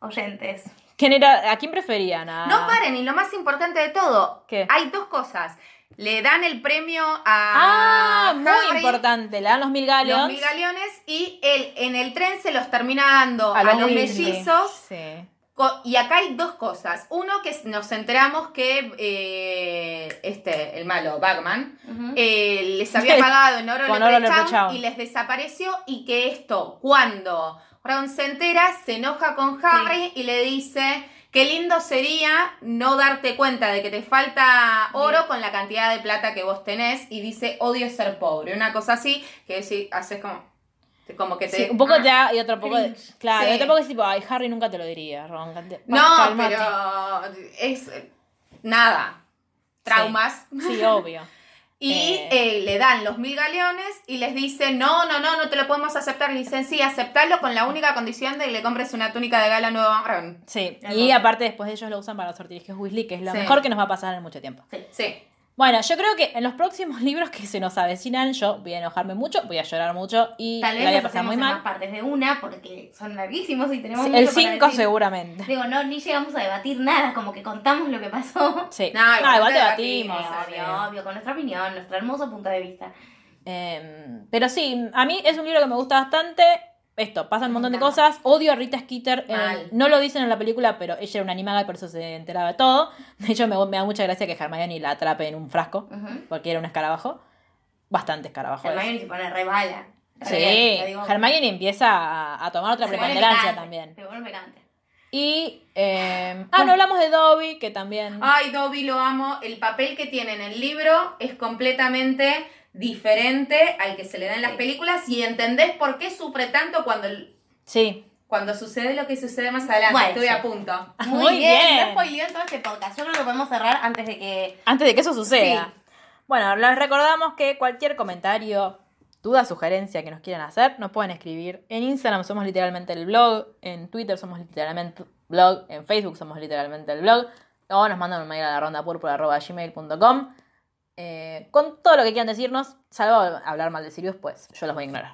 oyentes?
Eh,
¿quién era, ¿A quién preferían? A-
No paren, y lo más importante de todo,
¿Qué?
hay dos cosas. Le dan el premio a
Ah, muy
Harry,
importante. Le dan los mil galeos.
Los mil galeones y él en el tren se los termina dando
a los, Weasley.
mellizos
Sí.
Co- Y acá hay dos cosas. Uno, que nos enteramos que eh, este, el malo, Bagman, eh, les había pagado en oro,
Con
Leprechaun
oro Leprechaun.
y les desapareció. Y que esto, cuando Ron se entera, se enoja con Harry y le dice... Qué lindo sería no darte cuenta de que te falta oro con la cantidad de plata que vos tenés y dice odio ser pobre, una cosa así que si haces como como que te
Sí, un poco
ah.
te da y otro poco. de- claro,
Sí.
y otro poco es tipo, ay, Harry nunca te lo diría, Ron. cante-
No,
calmate".
pero es eh, nada. Traumas.
Sí, obvio.
Y
Eh.
eh, le dan los mil galeones y les dicen, no, no, no, no te lo podemos aceptar. Le dicen, sí, aceptarlo con la única condición de que le compres una túnica de gala nueva marrón.
Sí, y aparte después ellos lo usan para los sortilegios Weasley, que es lo
Sí.
mejor que nos va a pasar en mucho tiempo.
Sí.
Bueno, yo creo que en los próximos libros que se nos avecinan, yo voy a enojarme mucho, voy a llorar mucho y
Tal vez
la voy
lo
a pasar muy
en
mal.
más partes de una porque son larguísimos y tenemos
Sí,
mucho
El
para
5
decir.
seguramente.
Digo, no, ni llegamos a debatir nada, como que contamos lo que pasó.
Sí.
No,
No, igual,
igual
te
debatimos,
batimos.
Obvio, obvio, con nuestra opinión, nuestro hermoso punto de vista.
Eh, pero sí, a mí es un libro que me gusta bastante. Esto, pasan un montón de
encanta.
cosas. Odio a Rita Skeeter. eh,
Mal.
no lo dicen en la película, pero ella era una animaga y por eso se enteraba de todo. De hecho, me, me da mucha gracia que Hermione la atrape en un frasco,
Ujú.
porque era un escarabajo. Bastante escarabajo. es.
Hermione se pone re bala.
Sí,
Re, lo digo.
Hermione empieza a, a tomar otra
Se pone
preponderancia
picante,
también.
Se pone picante.
Y. eh, ah, no hablamos de Dobby, que también.
Ah.
Ay, Dobby, lo amo. El papel que tiene en el libro es completamente diferente al que se le da en las películas y entendés por qué sufre tanto cuando,
Sí.
cuando sucede lo que sucede más adelante.
Bueno,
Estuve
sí.
a punto.
Muy,
Muy
bien,
bien.
no spoileo en todo este podcast. Solo lo podemos cerrar antes de que.
Antes de que eso suceda. Bueno, les recordamos que cualquier comentario, duda, sugerencia que nos quieran hacer, nos pueden escribir. En Instagram somos literalmente el blog, en Twitter somos literalmente blog, en Facebook somos literalmente el blog, o nos mandan un mail a la ronda gmail.com Eh, con todo lo que quieran decirnos, salvo hablar mal de Sirius, pues yo los voy a ignorar.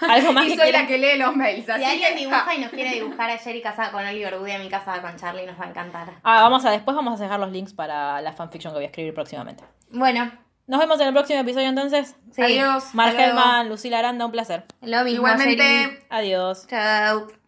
Algo más
y
que
soy
quieran-
la que lee los mails.
Si
Así
alguien
que-
dibuja y nos quiere dibujar a Jerry casada con Oliver Woody, a mi casada con Charlie, nos va a encantar.
Ah, vamos a después vamos a dejar los links para la fanfiction que voy a escribir próximamente.
Bueno,
Nos vemos en el próximo episodio entonces.
sí.
Adiós.
Mark
Hasta luego.
Helman, Lucila Aranda, un placer.
Lo mismo.
Igualmente.
Jerry.
Adiós.
Chao.